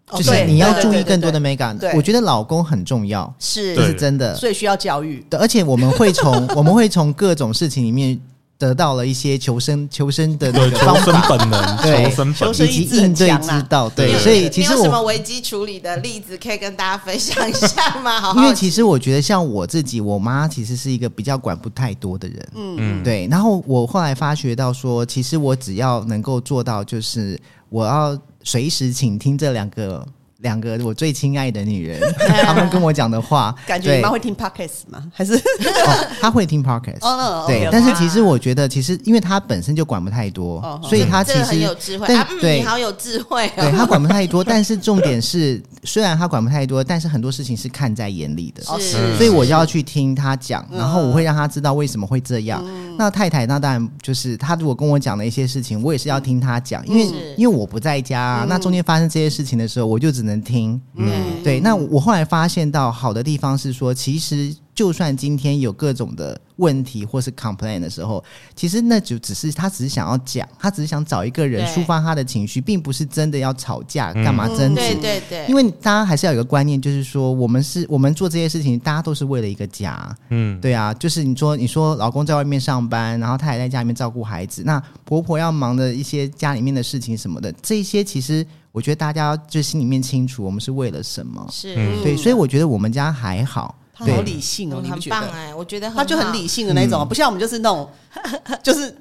Speaker 3: 哦
Speaker 1: 就是
Speaker 3: 对
Speaker 1: 你要
Speaker 3: 对
Speaker 1: 注
Speaker 3: 对
Speaker 1: 意
Speaker 3: 对
Speaker 1: 更多的
Speaker 3: 对
Speaker 1: mega
Speaker 3: 对。
Speaker 1: 我觉得老公很重要，
Speaker 3: 是
Speaker 1: 这
Speaker 2: 对
Speaker 1: 是真的。
Speaker 3: 所以需要教育。 *laughs*
Speaker 1: 对而且我们会从我们会从各种事情里面得到了一些求生求生的那
Speaker 2: 对，
Speaker 1: 个
Speaker 2: 求
Speaker 1: 方
Speaker 2: 生
Speaker 1: 法，
Speaker 2: 本能，
Speaker 1: 对
Speaker 2: 求生本
Speaker 3: 求
Speaker 2: 能
Speaker 3: 生。
Speaker 1: 以及
Speaker 3: 意志很
Speaker 1: 应对
Speaker 3: 强啊
Speaker 1: 之道。
Speaker 4: 你
Speaker 1: 对，
Speaker 4: 有
Speaker 1: 所以其
Speaker 4: 你
Speaker 1: 实
Speaker 4: 有什么
Speaker 1: 我。
Speaker 4: 危机处理的例子可以跟大家分享一下吗？好好
Speaker 1: 因为其
Speaker 4: 奇
Speaker 1: 实我觉得，像我自己，我妈其实是一个比较管不太多的人，
Speaker 2: 嗯，
Speaker 1: 对。然后我后来发觉到说，其实我只要能够做到，就是我要随时倾听这两个两个我最亲爱的女
Speaker 3: *laughs*
Speaker 1: 人，她们跟我讲的话，
Speaker 3: 感觉你妈
Speaker 1: 对
Speaker 3: 会听 podcast 吗？还是
Speaker 1: 哦，他会
Speaker 3: *laughs*
Speaker 1: 听 podcast，、
Speaker 3: 哦
Speaker 1: 对
Speaker 3: OK，OK，
Speaker 1: 但是其实我觉得，其实因为他本身就管不太多，
Speaker 3: 哦哦
Speaker 1: 所以他其
Speaker 4: 这个很有
Speaker 1: 实
Speaker 4: 智慧
Speaker 1: 但
Speaker 4: 啊，嗯，
Speaker 1: 对
Speaker 4: 你好有智慧
Speaker 1: 对
Speaker 4: 哦，
Speaker 1: 他管不太多。但是重点是，虽然他管不太多，但是很多事情是看在眼里的。
Speaker 3: 哦
Speaker 4: 是
Speaker 2: 是
Speaker 1: 所以我就要去听他讲，然后我会让他知道为什么会这样。
Speaker 4: 嗯
Speaker 1: 那太太，那当然就是他如果跟我讲了一些事情，我也是要听他讲，因为
Speaker 4: 是
Speaker 1: 因为我不在家、
Speaker 4: 嗯
Speaker 1: 啊，那中间发生这些事情的时候，我就只能听。
Speaker 4: 对
Speaker 1: 对，那我后来发现到好的地方是说，其实就算今天有各种的问题或是 complain 的时候，其实那就只是他只是想要讲，他只是想找一个人
Speaker 4: 对
Speaker 1: 抒发他的情绪，并不是真的要吵架干嘛争执。
Speaker 4: 对对对，
Speaker 1: 因
Speaker 4: 为
Speaker 1: 为大家还是要有一个观念，就是说，我们是我们做这些事情，大家都是为了一个家，
Speaker 2: 嗯，
Speaker 1: 对啊，就是你说你说老公在外面上班，然后太太在家里面照顾孩子，那婆婆要忙的一些家里面的事情什么的，这些其实我觉得大家就心里面清楚，我们是为了什么。
Speaker 4: 是
Speaker 2: 嗯
Speaker 1: 对，所以我觉得我们家还好。
Speaker 3: 他啊好
Speaker 1: 对，
Speaker 3: 理性哦，
Speaker 4: 嗯
Speaker 3: 你不
Speaker 4: 很
Speaker 3: 觉
Speaker 4: 棒
Speaker 3: 得？
Speaker 4: 哎，我觉得
Speaker 3: 他就很
Speaker 4: 好
Speaker 3: 理性的那
Speaker 1: 嗯
Speaker 3: 种啊，不像我们就是那种，
Speaker 1: *laughs*
Speaker 3: 就是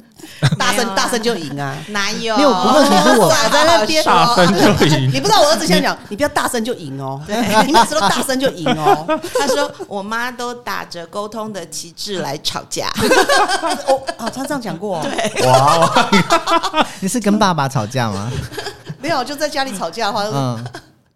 Speaker 3: 大
Speaker 4: 没有啊
Speaker 3: 声大声就赢啊。
Speaker 4: 哪有
Speaker 1: 没有不过其实我
Speaker 3: 傻在那边
Speaker 2: 大声就赢
Speaker 3: 你不知道我儿子现
Speaker 1: *laughs*
Speaker 3: 在讲，你不要大声就赢哦，你每次都大声就赢哦。
Speaker 4: 他说我妈都打着沟通的旗帜来吵架，
Speaker 3: 哦啊，他这样讲过哦，
Speaker 2: 哇哦，
Speaker 1: 你是跟爸爸吵架吗？
Speaker 3: 没有就在家里吵架的话，
Speaker 1: 嗯，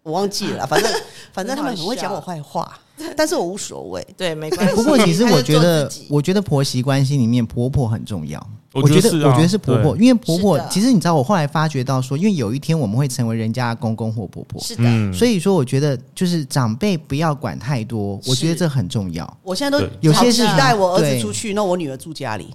Speaker 3: 我忘记了，反正反正他们很会讲我坏话，但是我无所谓。
Speaker 4: *laughs* 对，没 *laughs* 关系。
Speaker 1: 哎不过其实
Speaker 4: 她就
Speaker 1: 我觉
Speaker 4: 做
Speaker 1: 得
Speaker 4: 自己，
Speaker 1: 我觉得婆媳关系里面婆婆很重要。
Speaker 2: 我
Speaker 1: 我觉
Speaker 2: 觉得
Speaker 1: 得
Speaker 2: 是啊
Speaker 1: 我觉得是婆婆，
Speaker 2: 对
Speaker 1: 因为婆婆
Speaker 4: 是的
Speaker 1: 其实你知道，我后来发觉到说，因为有一天我们会成为人家的公公或婆婆，
Speaker 4: 是的，
Speaker 2: 嗯，
Speaker 1: 所以说，我觉得就是长辈不要管太多，我觉得这很重要。
Speaker 3: 我现在都
Speaker 2: 对
Speaker 1: 有
Speaker 3: 好
Speaker 1: 些
Speaker 3: 期
Speaker 1: 事情
Speaker 3: 待我儿子
Speaker 1: 对
Speaker 3: 出去，那我女儿住家里。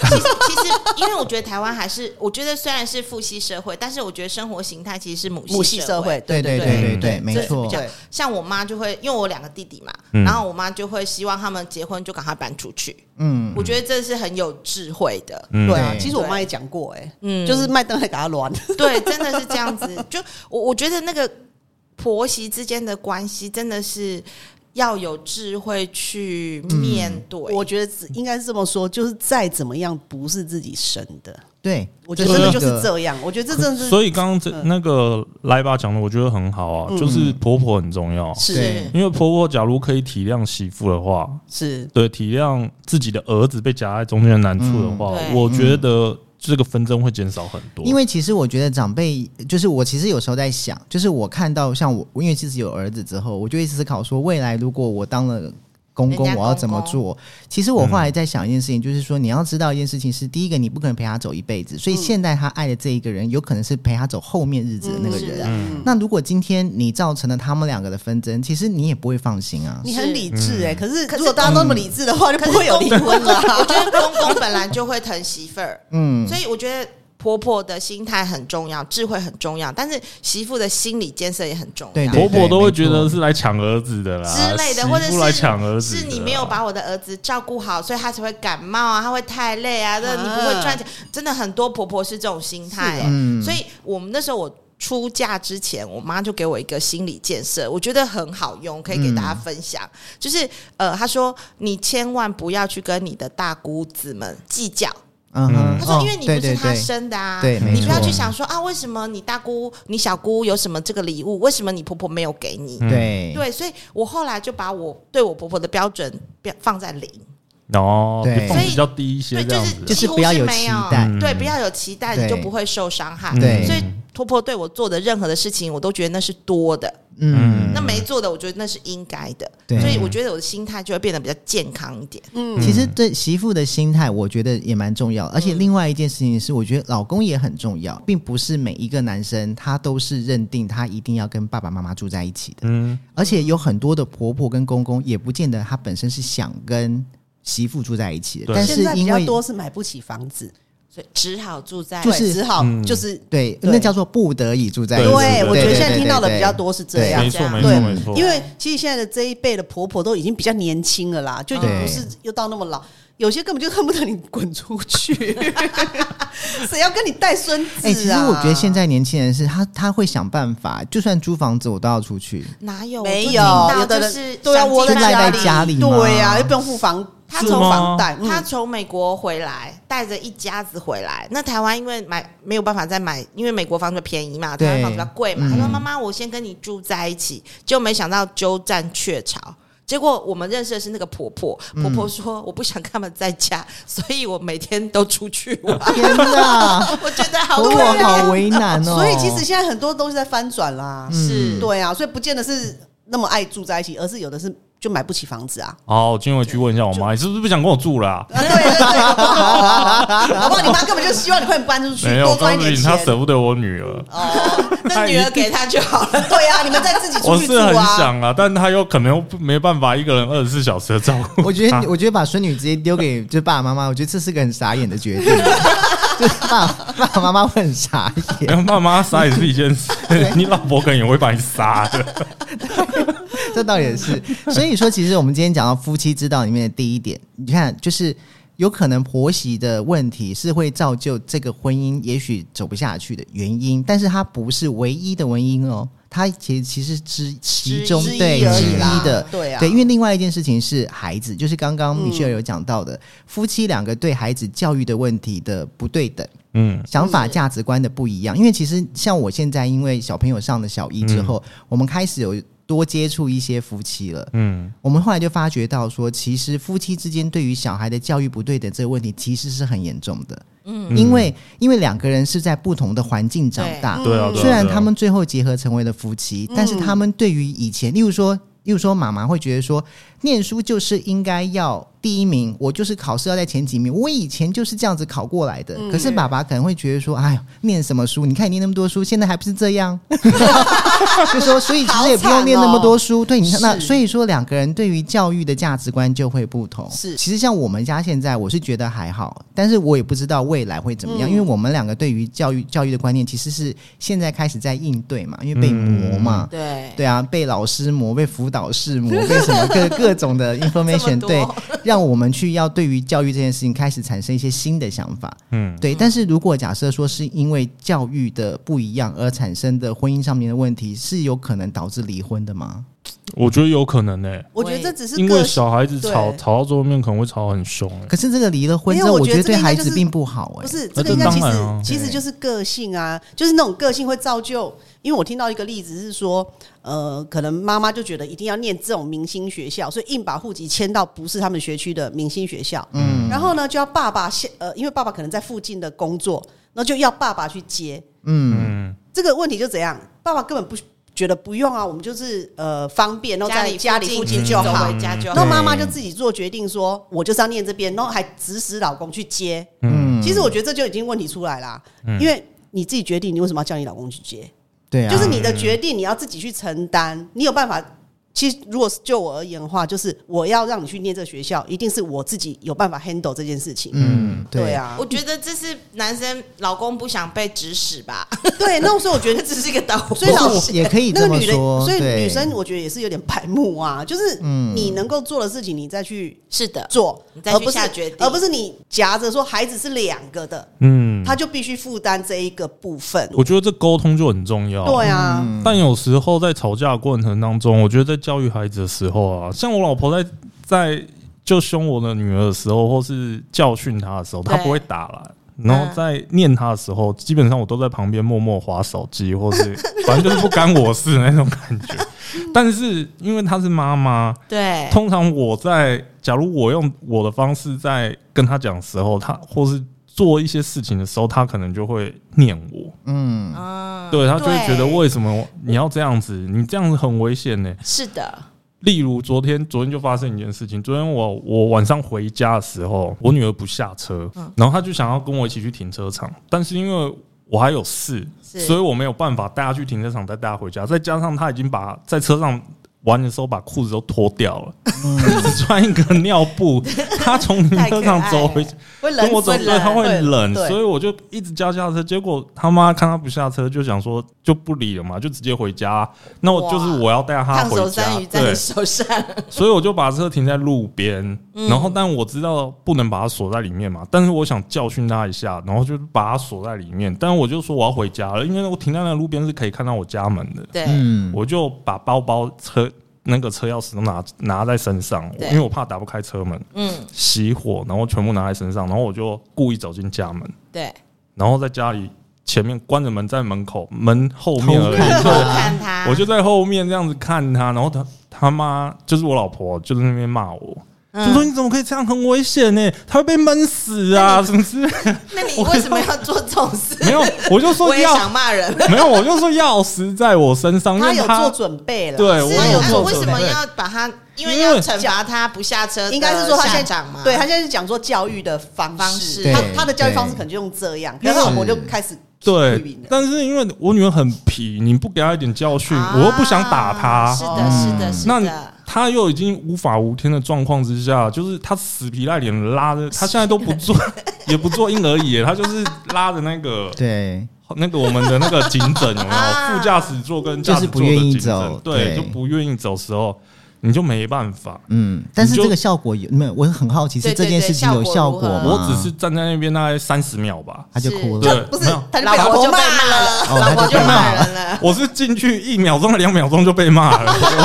Speaker 4: 其实其实，因为我觉得台湾还是，我觉得虽然是父系社会，但是我觉得生活形态其实是母
Speaker 3: 母系社
Speaker 4: 社
Speaker 3: 会，。
Speaker 1: 对对
Speaker 4: 对
Speaker 1: 对对
Speaker 2: 嗯
Speaker 1: 对，没
Speaker 4: 这
Speaker 1: 错
Speaker 4: 比。较像我妈就会，因为我有两个弟弟嘛，
Speaker 2: 嗯
Speaker 4: 然后我妈就会希望他们结婚就赶快搬出去。
Speaker 1: 嗯，
Speaker 4: 我觉得这是很有智慧的，
Speaker 2: 嗯
Speaker 3: 对啊，
Speaker 1: 对
Speaker 3: 其实我妈也讲过，哎，
Speaker 4: 嗯，
Speaker 3: 就是麦当还打他乱，
Speaker 4: *laughs* 对，真的是这样子。就我我觉得那个婆媳之间的关系真的是要有智慧去
Speaker 1: 嗯
Speaker 4: 面对。
Speaker 3: 我觉得只应该是这么说，就是再怎么样不是自己生的，
Speaker 1: 对，
Speaker 3: 我觉得
Speaker 1: 这
Speaker 3: 真
Speaker 1: 是
Speaker 3: 的
Speaker 1: 一
Speaker 3: 就是
Speaker 1: 个
Speaker 3: 这样。我觉得这真的是
Speaker 2: 所以刚刚这
Speaker 3: 嗯
Speaker 2: 那个来吧讲的，我觉得很好啊，就是婆婆很重要，
Speaker 1: 对
Speaker 4: 是
Speaker 2: 因为婆婆假如可以体谅媳妇的话，
Speaker 3: 是
Speaker 2: 对，体谅自己的儿子被夹在中间的难处的话，
Speaker 4: 嗯对
Speaker 2: 我觉得这个纷争会减少很多。
Speaker 1: 因为其实我觉得长辈，就是我其实有时候在想，就是我看到像我，因为其实有儿子之后，我就会思考说，未来如果我当了。公公，
Speaker 4: 人家
Speaker 1: 我要怎么
Speaker 4: 公公
Speaker 1: 做？其实我后来在想一件事情，就是说你要知道一件事情是，第一个你不可能陪他走一辈
Speaker 4: 嗯
Speaker 1: 子，所以现在他爱的这一个人，有可能是陪他走后面日子的那个
Speaker 4: 嗯是
Speaker 1: 人
Speaker 4: 的。
Speaker 1: 那如果今天你造成了他们两个的纷争，其实你也不会放心啊。
Speaker 3: 你
Speaker 4: 是
Speaker 3: 很理智哎、可是
Speaker 4: 可是
Speaker 3: 如果大家都那么理智的话，就
Speaker 4: 可
Speaker 3: 不
Speaker 4: 是
Speaker 3: 会有离婚了啊。
Speaker 4: 我觉得公公本来就会疼媳妇儿，
Speaker 1: 嗯，
Speaker 4: 所以我觉得婆婆的心态很重要，智慧很重要，但是媳妇的心理建设也很重要。
Speaker 1: 对对
Speaker 2: 婆婆都会觉
Speaker 1: 没
Speaker 2: 得
Speaker 1: 错
Speaker 2: 是来抢儿子的啦，
Speaker 4: 之类的，
Speaker 2: 媳
Speaker 4: 或者
Speaker 2: 妇来抢儿
Speaker 4: 是
Speaker 2: 子的
Speaker 4: 是
Speaker 2: 啦
Speaker 4: 你没
Speaker 1: 啊
Speaker 4: 有把我的儿子照顾好，所以他才会感冒啊，他会太累啊，那
Speaker 3: 啊
Speaker 4: 你不会赚钱，真的很多婆婆是这种心态、
Speaker 3: 是啊
Speaker 4: 欸
Speaker 1: 嗯
Speaker 4: 所以我们那时候我出嫁之前，我妈就给我一个心理建设，我觉得很好用，可以给大
Speaker 1: 嗯
Speaker 4: 家分享。就是呃，她说你千万不要去跟你的大姑子们计较。
Speaker 1: 嗯
Speaker 2: 嗯
Speaker 1: 哼，
Speaker 4: 她说
Speaker 1: 哦：“
Speaker 4: 因为你
Speaker 1: 对
Speaker 4: 不是
Speaker 1: 对
Speaker 4: 她
Speaker 1: 对
Speaker 4: 生的啊，
Speaker 1: 对没
Speaker 4: 你不要
Speaker 1: 错
Speaker 4: 去想说啊，为什么你大姑、你小姑有什么这个礼物，为什么你婆婆没有给你？
Speaker 2: 嗯
Speaker 1: 对
Speaker 4: 对，所以我后来就把我对我婆婆的标准标放在零，
Speaker 2: 哦，
Speaker 1: 对
Speaker 2: 就放比较低一些
Speaker 4: 对，
Speaker 2: 这
Speaker 4: 就
Speaker 2: 样
Speaker 4: 是
Speaker 2: 子，嗯
Speaker 1: 就是
Speaker 4: 几
Speaker 1: 不
Speaker 4: 乎
Speaker 1: 要有
Speaker 4: 没
Speaker 1: 期
Speaker 4: 有，
Speaker 1: 待
Speaker 4: 对，不要有期待，
Speaker 1: 对
Speaker 4: 你就不会受伤害。
Speaker 1: 对
Speaker 4: 所以婆婆对我做的任何的事情，我都觉得那是多的，
Speaker 1: 嗯，
Speaker 4: 那没做的，我觉得那是应该的。
Speaker 1: 对
Speaker 4: 所以我觉得我的心态就会变得比较健康一点。
Speaker 2: 嗯
Speaker 1: 其实对媳妇的心态，我觉得也蛮重要。而且另外一件事情是，我觉得老公也很重
Speaker 2: 嗯
Speaker 1: 要，并不是每一个男生他都是认定他一定要跟爸爸妈妈住在一起的。
Speaker 2: 嗯，
Speaker 1: 而且有很多的婆婆跟公公，也不见得他本身是想跟媳妇住在一起的，
Speaker 2: 对
Speaker 1: 但是
Speaker 3: 现在比
Speaker 1: 因
Speaker 3: 较
Speaker 1: 为
Speaker 3: 多是买不起房子，
Speaker 4: 所以只好住在
Speaker 1: 就
Speaker 3: 对
Speaker 1: 是
Speaker 3: 只好
Speaker 2: 嗯
Speaker 3: 就是
Speaker 1: 对，
Speaker 3: 对
Speaker 1: 那叫做不得已住在一起。
Speaker 2: 对对
Speaker 3: 对，我觉得
Speaker 2: 对
Speaker 3: 现在
Speaker 1: 对
Speaker 3: 听到的
Speaker 1: 对
Speaker 3: 比较多是这
Speaker 1: 对
Speaker 3: 样
Speaker 2: 没。错
Speaker 4: 这样
Speaker 2: 没错
Speaker 3: 对啊
Speaker 2: 没错，
Speaker 3: 因为其实现在的这一辈的婆婆都已经比较年轻了啦，就已经
Speaker 1: 对
Speaker 3: 不是又到那么老。有些根本就恨不得你滚出去， *laughs* 谁要跟你带孙子啊？
Speaker 1: 哎、其实我觉得现在年轻人是他他会想办法，就算租房子我都要出去。
Speaker 3: *laughs*
Speaker 4: 哪有
Speaker 3: 没有
Speaker 4: 我最近，
Speaker 3: 有的
Speaker 4: 大就
Speaker 3: 人
Speaker 4: 是
Speaker 3: 对啊，
Speaker 4: 想
Speaker 3: 窝
Speaker 4: 尽
Speaker 1: 在
Speaker 4: 办
Speaker 1: 家
Speaker 4: 法
Speaker 1: 里家里嘛
Speaker 3: 对
Speaker 2: 啊
Speaker 3: 呀、又不用付房，
Speaker 4: 他
Speaker 3: 付
Speaker 2: 从
Speaker 3: 房贷，嗯
Speaker 4: 他从美国回来，带着一家子回来。那台湾因为买没有办法再买，因为美国房子便宜嘛，
Speaker 1: 对
Speaker 4: 台湾房子比较贵嘛。
Speaker 1: 嗯
Speaker 4: 他说：“妈妈，我先跟你住在一起。”就没想到鸠占鹊巢。结果我们认识的是那个婆婆，婆婆说：“我不想跟他们在家，所以我每天都出去玩。
Speaker 1: 天哪，
Speaker 4: 我觉得好
Speaker 1: 可
Speaker 4: 可
Speaker 1: 我好
Speaker 4: 怜。
Speaker 1: 为难哦。
Speaker 3: 所以其实现在很多东西在翻转啦，
Speaker 4: 是
Speaker 3: 对啊，所以不见得是那么爱住在一起，而是有的是就买不起房子
Speaker 4: *laughs*
Speaker 3: 啊。
Speaker 2: 好，我今回去问一下我妈，你是不是不想跟我住了啊？
Speaker 3: 啊对对对，好不好？搞不好你妈根本就希望你快点搬出去
Speaker 2: 没，有，
Speaker 3: 多
Speaker 2: 我告
Speaker 3: 赚
Speaker 2: 诉
Speaker 3: 一点
Speaker 2: 你，
Speaker 3: 钱
Speaker 2: 她。舍不得我女儿，
Speaker 4: 那女儿给他就好了。
Speaker 3: 哦 *laughs* 对啊，你们再自己
Speaker 2: 我
Speaker 3: 出去住
Speaker 2: 是很
Speaker 3: 啊。
Speaker 2: 想啊，但她又可能又不没办法一个人二十四小时的照 *laughs* 顾
Speaker 1: *laughs*
Speaker 2: 她。
Speaker 1: 我觉得，我觉得把孙女直接丢给就是爸爸妈妈，我觉得这是个很傻眼的决定。 *laughs* 就是爸爸爸妈妈会很傻眼，
Speaker 2: 然后爸妈杀也是一件事，你老婆可能也会把你杀的。
Speaker 1: 这倒也是。所以说，其实我们今天讲到夫妻之道里面的第一点，你看，就是有可能婆媳的问题是会造就这个婚姻也许走不下去的原因，但是它不是唯一的原因哦，它其实其实是之其中
Speaker 3: 之一
Speaker 1: 对
Speaker 3: 而
Speaker 1: 之
Speaker 3: 已啦
Speaker 1: 一的，
Speaker 3: 对啊嗯
Speaker 1: 对，因为另外一件事情是孩子，就是刚刚米歇尔有讲到的，夫妻两个对孩子教育的问题的不对等。
Speaker 2: 嗯，
Speaker 1: 想法、价值观的不一样。因为其实像我现在，因为小朋友上了小一之后，我们开始有多接触一些夫妻了。
Speaker 2: 嗯，
Speaker 1: 我们后来就发觉到说，其实夫妻之间对于小孩的教育不对等这个问题，其实是很严重的。嗯，因为因为两个人是在不同的环境长大，
Speaker 2: 对啊，对啊
Speaker 1: 嗯虽然
Speaker 2: 对啊
Speaker 1: 他们最后结合成为了夫妻，但是他们对于以前，例如说，例如说，妈妈会觉得说，念书就是应该要第一名，我就是考试要在前几名，我以前就是这样子考过来的。可是爸爸可能会觉得说，哎呀，念什么书？你看你念那么多书，现在还不是这样？就说，所以其实也不用念那么多书。对，你看，那
Speaker 3: 是
Speaker 1: 所以说两个人对于教育的价值观就会不同。
Speaker 3: 是
Speaker 1: 其实像我们家现在，我是觉得还好，但是我也不知道未来会怎么样，因为我们两个对于教育教育的观念，其实是现在开始在应对嘛，因为被磨嘛。
Speaker 4: 对
Speaker 1: 对啊，被老师磨，被辅导室磨，被什么各各种的 information，
Speaker 4: 多
Speaker 1: 对，让我们去要对于教育这件事情开始产生一些新的想法。
Speaker 2: 嗯，
Speaker 1: 对，但是如果假设说是因为教育的不一样而产生的婚姻上面的问题，是有可能导致离婚的吗？
Speaker 2: 我觉得有可能呢，
Speaker 3: 我觉得这只是
Speaker 2: 因
Speaker 3: 个
Speaker 2: 为小孩子吵
Speaker 3: 对
Speaker 2: 吵到最后面可能会吵很凶欸。
Speaker 1: 可是这个离了婚
Speaker 3: 没
Speaker 1: 之
Speaker 3: 有
Speaker 1: 后，
Speaker 3: 我
Speaker 1: 我
Speaker 3: 觉
Speaker 1: 觉
Speaker 3: 得
Speaker 1: 得
Speaker 3: 这个
Speaker 1: 对
Speaker 3: 应该
Speaker 1: 孩
Speaker 3: 就
Speaker 1: 子
Speaker 3: 是
Speaker 1: 并不好哎、
Speaker 3: 不是
Speaker 2: 那
Speaker 3: 这个应该
Speaker 2: 这
Speaker 3: 其实
Speaker 2: 当然啊
Speaker 3: 其实
Speaker 1: 对
Speaker 3: 就是个性啊，就是那种个性会造就。因为我听到一个例子是说，呃，可能妈妈就觉得一定要念这种明星学校，所以硬把户籍迁到不是他们学区的明星学校。嗯，然后呢，就要爸爸先呃，因为爸爸可能在附近的工作，那就要爸爸去接。
Speaker 1: 嗯，
Speaker 2: 嗯，
Speaker 3: 这个问题就怎样？爸爸根本不觉得不用啊，我们就是呃方便，然后在家
Speaker 4: 家
Speaker 3: 里
Speaker 4: 里
Speaker 3: 附
Speaker 4: 附
Speaker 3: 近
Speaker 4: 近
Speaker 3: 就
Speaker 2: 嗯
Speaker 4: 走
Speaker 3: 好。
Speaker 4: 回家就
Speaker 1: 对
Speaker 3: 然后
Speaker 4: 好。
Speaker 3: 妈妈就自己做决定说，我就是要念这边，然后还指使老公去接。
Speaker 1: 嗯，
Speaker 3: 其实我觉得这就已经问题出来啦，因为你自己决定，你为什么要叫你老公去接？
Speaker 1: 对啊，
Speaker 3: 就是你的决定，你要自己去承担，你有办法。其实，如果是就我而言的话，就是我要让你去念这个学校，一定是我自己有办法 handle 这件事情。
Speaker 1: 嗯，对
Speaker 3: 对，啊
Speaker 4: 我，觉得这是男生老公不想被指使吧，
Speaker 3: 对，那时候我觉
Speaker 4: 这
Speaker 3: 得
Speaker 4: 只是一个导火
Speaker 3: 所以
Speaker 1: 不
Speaker 3: 老
Speaker 1: 过也可以
Speaker 3: 那个
Speaker 1: 这么
Speaker 3: 女的，
Speaker 1: 说
Speaker 3: 所以
Speaker 1: 对嗯
Speaker 3: 女生我觉得也是有点白目啊，就是你能够做的事情，你再去
Speaker 4: 是的，
Speaker 3: 做
Speaker 4: 你，再去
Speaker 3: 而不是
Speaker 4: 下决定
Speaker 3: 而不是你夹着说孩子是两个的，
Speaker 2: 嗯，
Speaker 3: 他就必须负担这一个部分。
Speaker 2: 我觉得这沟通就很重要。
Speaker 3: 对啊，
Speaker 4: 嗯
Speaker 2: 但有时候在吵架的过程当中，我觉得在教育孩子的时候啊，像我老婆在在就凶我的女儿的时候，或是教训她的时候，她
Speaker 4: 对
Speaker 2: 不会打来。然后在念她的时候，基本上我都在旁边默默划手机，或是反正就是不干我事的那种感觉。但是因为她是妈妈，
Speaker 4: 对，
Speaker 2: 通常我在假如我用我的方式在跟她讲的时候，她或是做一些事情的时候，她可能就会念我。
Speaker 3: 啊
Speaker 1: 嗯，
Speaker 4: 嗯，
Speaker 2: 对他就会觉得
Speaker 4: 对
Speaker 2: 为什么你要这样子？你这样子很危险呢。
Speaker 4: 是的，
Speaker 2: 例如昨天，昨天就发生一件事情。昨天我我晚上回家的时候，我女儿不下车，
Speaker 4: 嗯
Speaker 2: 然后她就想要跟我一起去停车场，但是因为我还有事，
Speaker 4: 是
Speaker 2: 所以我没有办法带她去停车场，再带她回家。再加上她已经把在车上玩的时候把裤子都脱掉了，只 *laughs* 穿一个尿
Speaker 4: *laughs*
Speaker 2: 布，他从你车上走回去，
Speaker 4: 会
Speaker 2: 跟我
Speaker 4: 冷
Speaker 2: 走，
Speaker 4: 会
Speaker 2: 对，
Speaker 4: 冷，
Speaker 2: 他会冷，
Speaker 4: 对
Speaker 2: 所以我就一直叫下车，结果他妈看他不下车，就想说就不理了嘛，就直接回家。那我就是我要带他
Speaker 4: 烫
Speaker 2: 回
Speaker 4: 手
Speaker 2: 家
Speaker 4: 山芋，在
Speaker 2: 对
Speaker 4: 你，手上，
Speaker 2: 所以我就把车停在路边，然后但我知道不能把它锁在里面嘛，但是我想教训他一下，然后就把它锁在里面。但是我就说我要回家了，因为我停在那个路边是可以看到我家门的，
Speaker 4: 对，
Speaker 1: 嗯，
Speaker 2: 我就把包包车。那个车钥匙都拿拿在身上，
Speaker 4: 对
Speaker 2: 因为我怕打不开车门，
Speaker 4: 嗯，
Speaker 2: 熄火，然后全部拿在身上，然后我就故意走进家门，
Speaker 4: 对，
Speaker 2: 然后在家里前面关着门，在门口门后面而
Speaker 1: 偷看
Speaker 2: 已。
Speaker 4: 偷看
Speaker 2: 嗯
Speaker 4: 他，
Speaker 2: 我就在后面这样子看他，然后他他妈就是我老婆，就在那边骂我，
Speaker 4: 嗯
Speaker 2: 就说你怎么可以这样，很危险呢，他会被闷死啊，是不是？ *laughs*
Speaker 4: 那你
Speaker 3: *laughs*
Speaker 4: 为什么要做这种事？
Speaker 2: 没有，我就说
Speaker 4: 我也
Speaker 2: 钥
Speaker 4: 想骂人，
Speaker 2: *laughs* 没有，我就说钥匙在 *laughs* 我身上，因
Speaker 3: 他
Speaker 2: 为
Speaker 3: 有做准备了，
Speaker 2: 对我
Speaker 4: 是啊，
Speaker 2: 有
Speaker 4: 但是
Speaker 2: 做
Speaker 4: 为什
Speaker 2: 准
Speaker 4: 么
Speaker 2: 备
Speaker 4: 要把他？因为
Speaker 2: 因
Speaker 4: 要
Speaker 2: 为
Speaker 4: 惩罚他不下车的下长嘛，
Speaker 3: 应该是说他现在
Speaker 4: 嘛，
Speaker 3: 对他现在是讲说教育的方
Speaker 4: 方
Speaker 3: 式，
Speaker 4: 式
Speaker 3: 他
Speaker 1: 对
Speaker 3: 他的教育方式
Speaker 1: 对
Speaker 3: 可能就用这样，
Speaker 2: 因
Speaker 3: 可
Speaker 2: 为嗯
Speaker 3: 是我就开始批
Speaker 2: 对
Speaker 3: 评，了
Speaker 2: 但是因为我女儿很皮，你不给她一点教训，
Speaker 4: 啊
Speaker 2: 我又不想打她。
Speaker 4: 是
Speaker 3: 嗯
Speaker 4: 的，是的，是
Speaker 2: 那
Speaker 4: 的，
Speaker 2: 她又已经无法无天的状况之下，就是她死皮赖脸拉着，她现在都不做， *laughs* 也不做婴儿椅，她就是拉着那个
Speaker 1: 对，
Speaker 2: 那个我们的那个颈枕有没有？
Speaker 4: 啊
Speaker 2: 副驾驶座跟驾驶座的
Speaker 1: 就是不愿
Speaker 2: 颈
Speaker 1: 意
Speaker 2: 枕
Speaker 1: 走，
Speaker 2: 对，
Speaker 1: 对
Speaker 2: 就不愿意走时候，你就没办法。
Speaker 1: 嗯，但是
Speaker 2: 你就
Speaker 1: 这个效果有没有？我很好奇，是
Speaker 4: 对
Speaker 1: 这
Speaker 4: 对
Speaker 1: 件
Speaker 4: 对
Speaker 1: 事情有效
Speaker 4: 效
Speaker 1: 果
Speaker 4: 果如
Speaker 1: 吗？
Speaker 4: 何
Speaker 2: 我只是站在那边大概三十秒吧，
Speaker 1: 他就哭
Speaker 2: 对
Speaker 1: 了，，
Speaker 3: 呃不是
Speaker 2: 没有，
Speaker 3: 他就被
Speaker 4: 老
Speaker 3: 老
Speaker 4: 婆
Speaker 3: 婆
Speaker 4: 就被
Speaker 3: 骂
Speaker 4: 骂
Speaker 3: 了。
Speaker 4: 了，
Speaker 1: 哦
Speaker 4: 老婆
Speaker 1: 他就
Speaker 4: 就
Speaker 1: 被
Speaker 4: 骂
Speaker 1: 骂
Speaker 4: 人
Speaker 2: *laughs*
Speaker 4: 了。
Speaker 2: 我是进去一秒钟、两秒钟就被骂了，我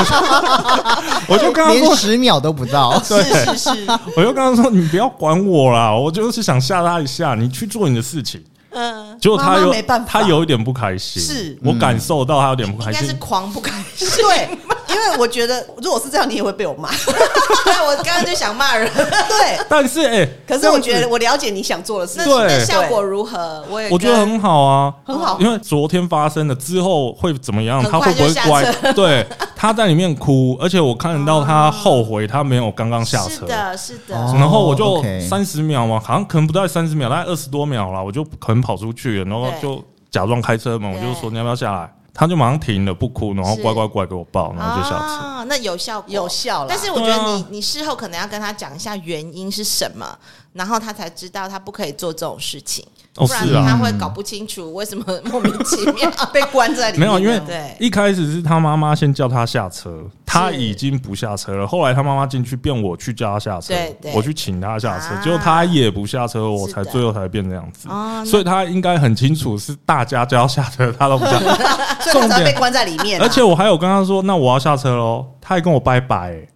Speaker 2: 就我就跟他
Speaker 1: 连
Speaker 2: 说，
Speaker 1: 十秒都不到。
Speaker 3: *laughs* 是是是，
Speaker 2: 我就跟他说，你不要管我啦，我就是想吓他一下，你去做你的事情。
Speaker 4: 嗯，
Speaker 2: 结果他
Speaker 3: 妈妈
Speaker 2: 有
Speaker 3: 没办法
Speaker 2: 他有一点不开心，
Speaker 3: 是
Speaker 2: 我感受到他有点不
Speaker 4: 应
Speaker 2: 开
Speaker 4: 该是
Speaker 2: 心。
Speaker 4: 狂不开心。
Speaker 3: *laughs*
Speaker 4: *laughs*
Speaker 3: 对，因为我觉得如果是这样，你也会被我骂。 *laughs*
Speaker 4: 对，我刚刚就想骂人。
Speaker 3: 对，
Speaker 2: 但是哎、
Speaker 3: 可是
Speaker 2: 这样
Speaker 3: 我
Speaker 2: 子
Speaker 3: 觉得我了解你想做的
Speaker 4: 那
Speaker 3: 事，
Speaker 2: 对
Speaker 4: 那效果如何？我也
Speaker 2: 我觉得
Speaker 4: 跟
Speaker 2: 很好啊，
Speaker 3: 很好
Speaker 2: 因为昨天发生的之后会怎么样？
Speaker 4: 很
Speaker 2: 他
Speaker 4: 快
Speaker 2: 会不会
Speaker 4: 就下
Speaker 2: 乖？对，他在里面哭，而且我看得到他后悔，他没有刚刚下
Speaker 4: 是
Speaker 2: 车。
Speaker 4: 的，是的，
Speaker 1: 哦
Speaker 2: 然后我就
Speaker 1: OK
Speaker 2: 三十秒嘛，好像可能不到三十秒，大概二十多秒了，我就可能跑出去了，然后
Speaker 4: 对
Speaker 2: 就假装开车门，我
Speaker 4: 对
Speaker 2: 就说你要不要下来？他就马上停了，不哭，然后
Speaker 4: 是
Speaker 2: 乖乖乖给我抱，然后就下车。
Speaker 4: 啊，那有效果，
Speaker 3: 有效啦
Speaker 4: 但是我觉
Speaker 2: 对
Speaker 4: 得
Speaker 2: 啊
Speaker 4: 你你事后可能要跟他讲一下原因是什么，然后他才知道他不可以做这种事情，
Speaker 2: 哦
Speaker 4: 不然
Speaker 2: 是啊
Speaker 4: 他会搞不清楚为什么莫名其
Speaker 2: *laughs*
Speaker 4: 妙。
Speaker 3: 被关在里
Speaker 2: 没
Speaker 3: 面。
Speaker 2: 有，啊因为
Speaker 4: 啊对
Speaker 2: 一开始是他妈妈先叫他下车，他已经不下车了。后来他妈妈进去，变我去叫他下车
Speaker 4: 对，对
Speaker 2: 我去请他下车，
Speaker 4: 啊
Speaker 2: 结果他也不下车，我才
Speaker 4: 是的
Speaker 2: 最后才变这样子
Speaker 4: 哦。那
Speaker 2: 所以他应该很清楚是大家叫他下车，他都
Speaker 4: *laughs*
Speaker 2: 不下车。
Speaker 3: *laughs* 所以他
Speaker 2: 重
Speaker 3: 才
Speaker 2: 点
Speaker 3: 被关在里面啊。
Speaker 2: 而且我还有跟他说，那我要下车喽，他还跟我拜拜、
Speaker 4: *laughs*
Speaker 2: 欸，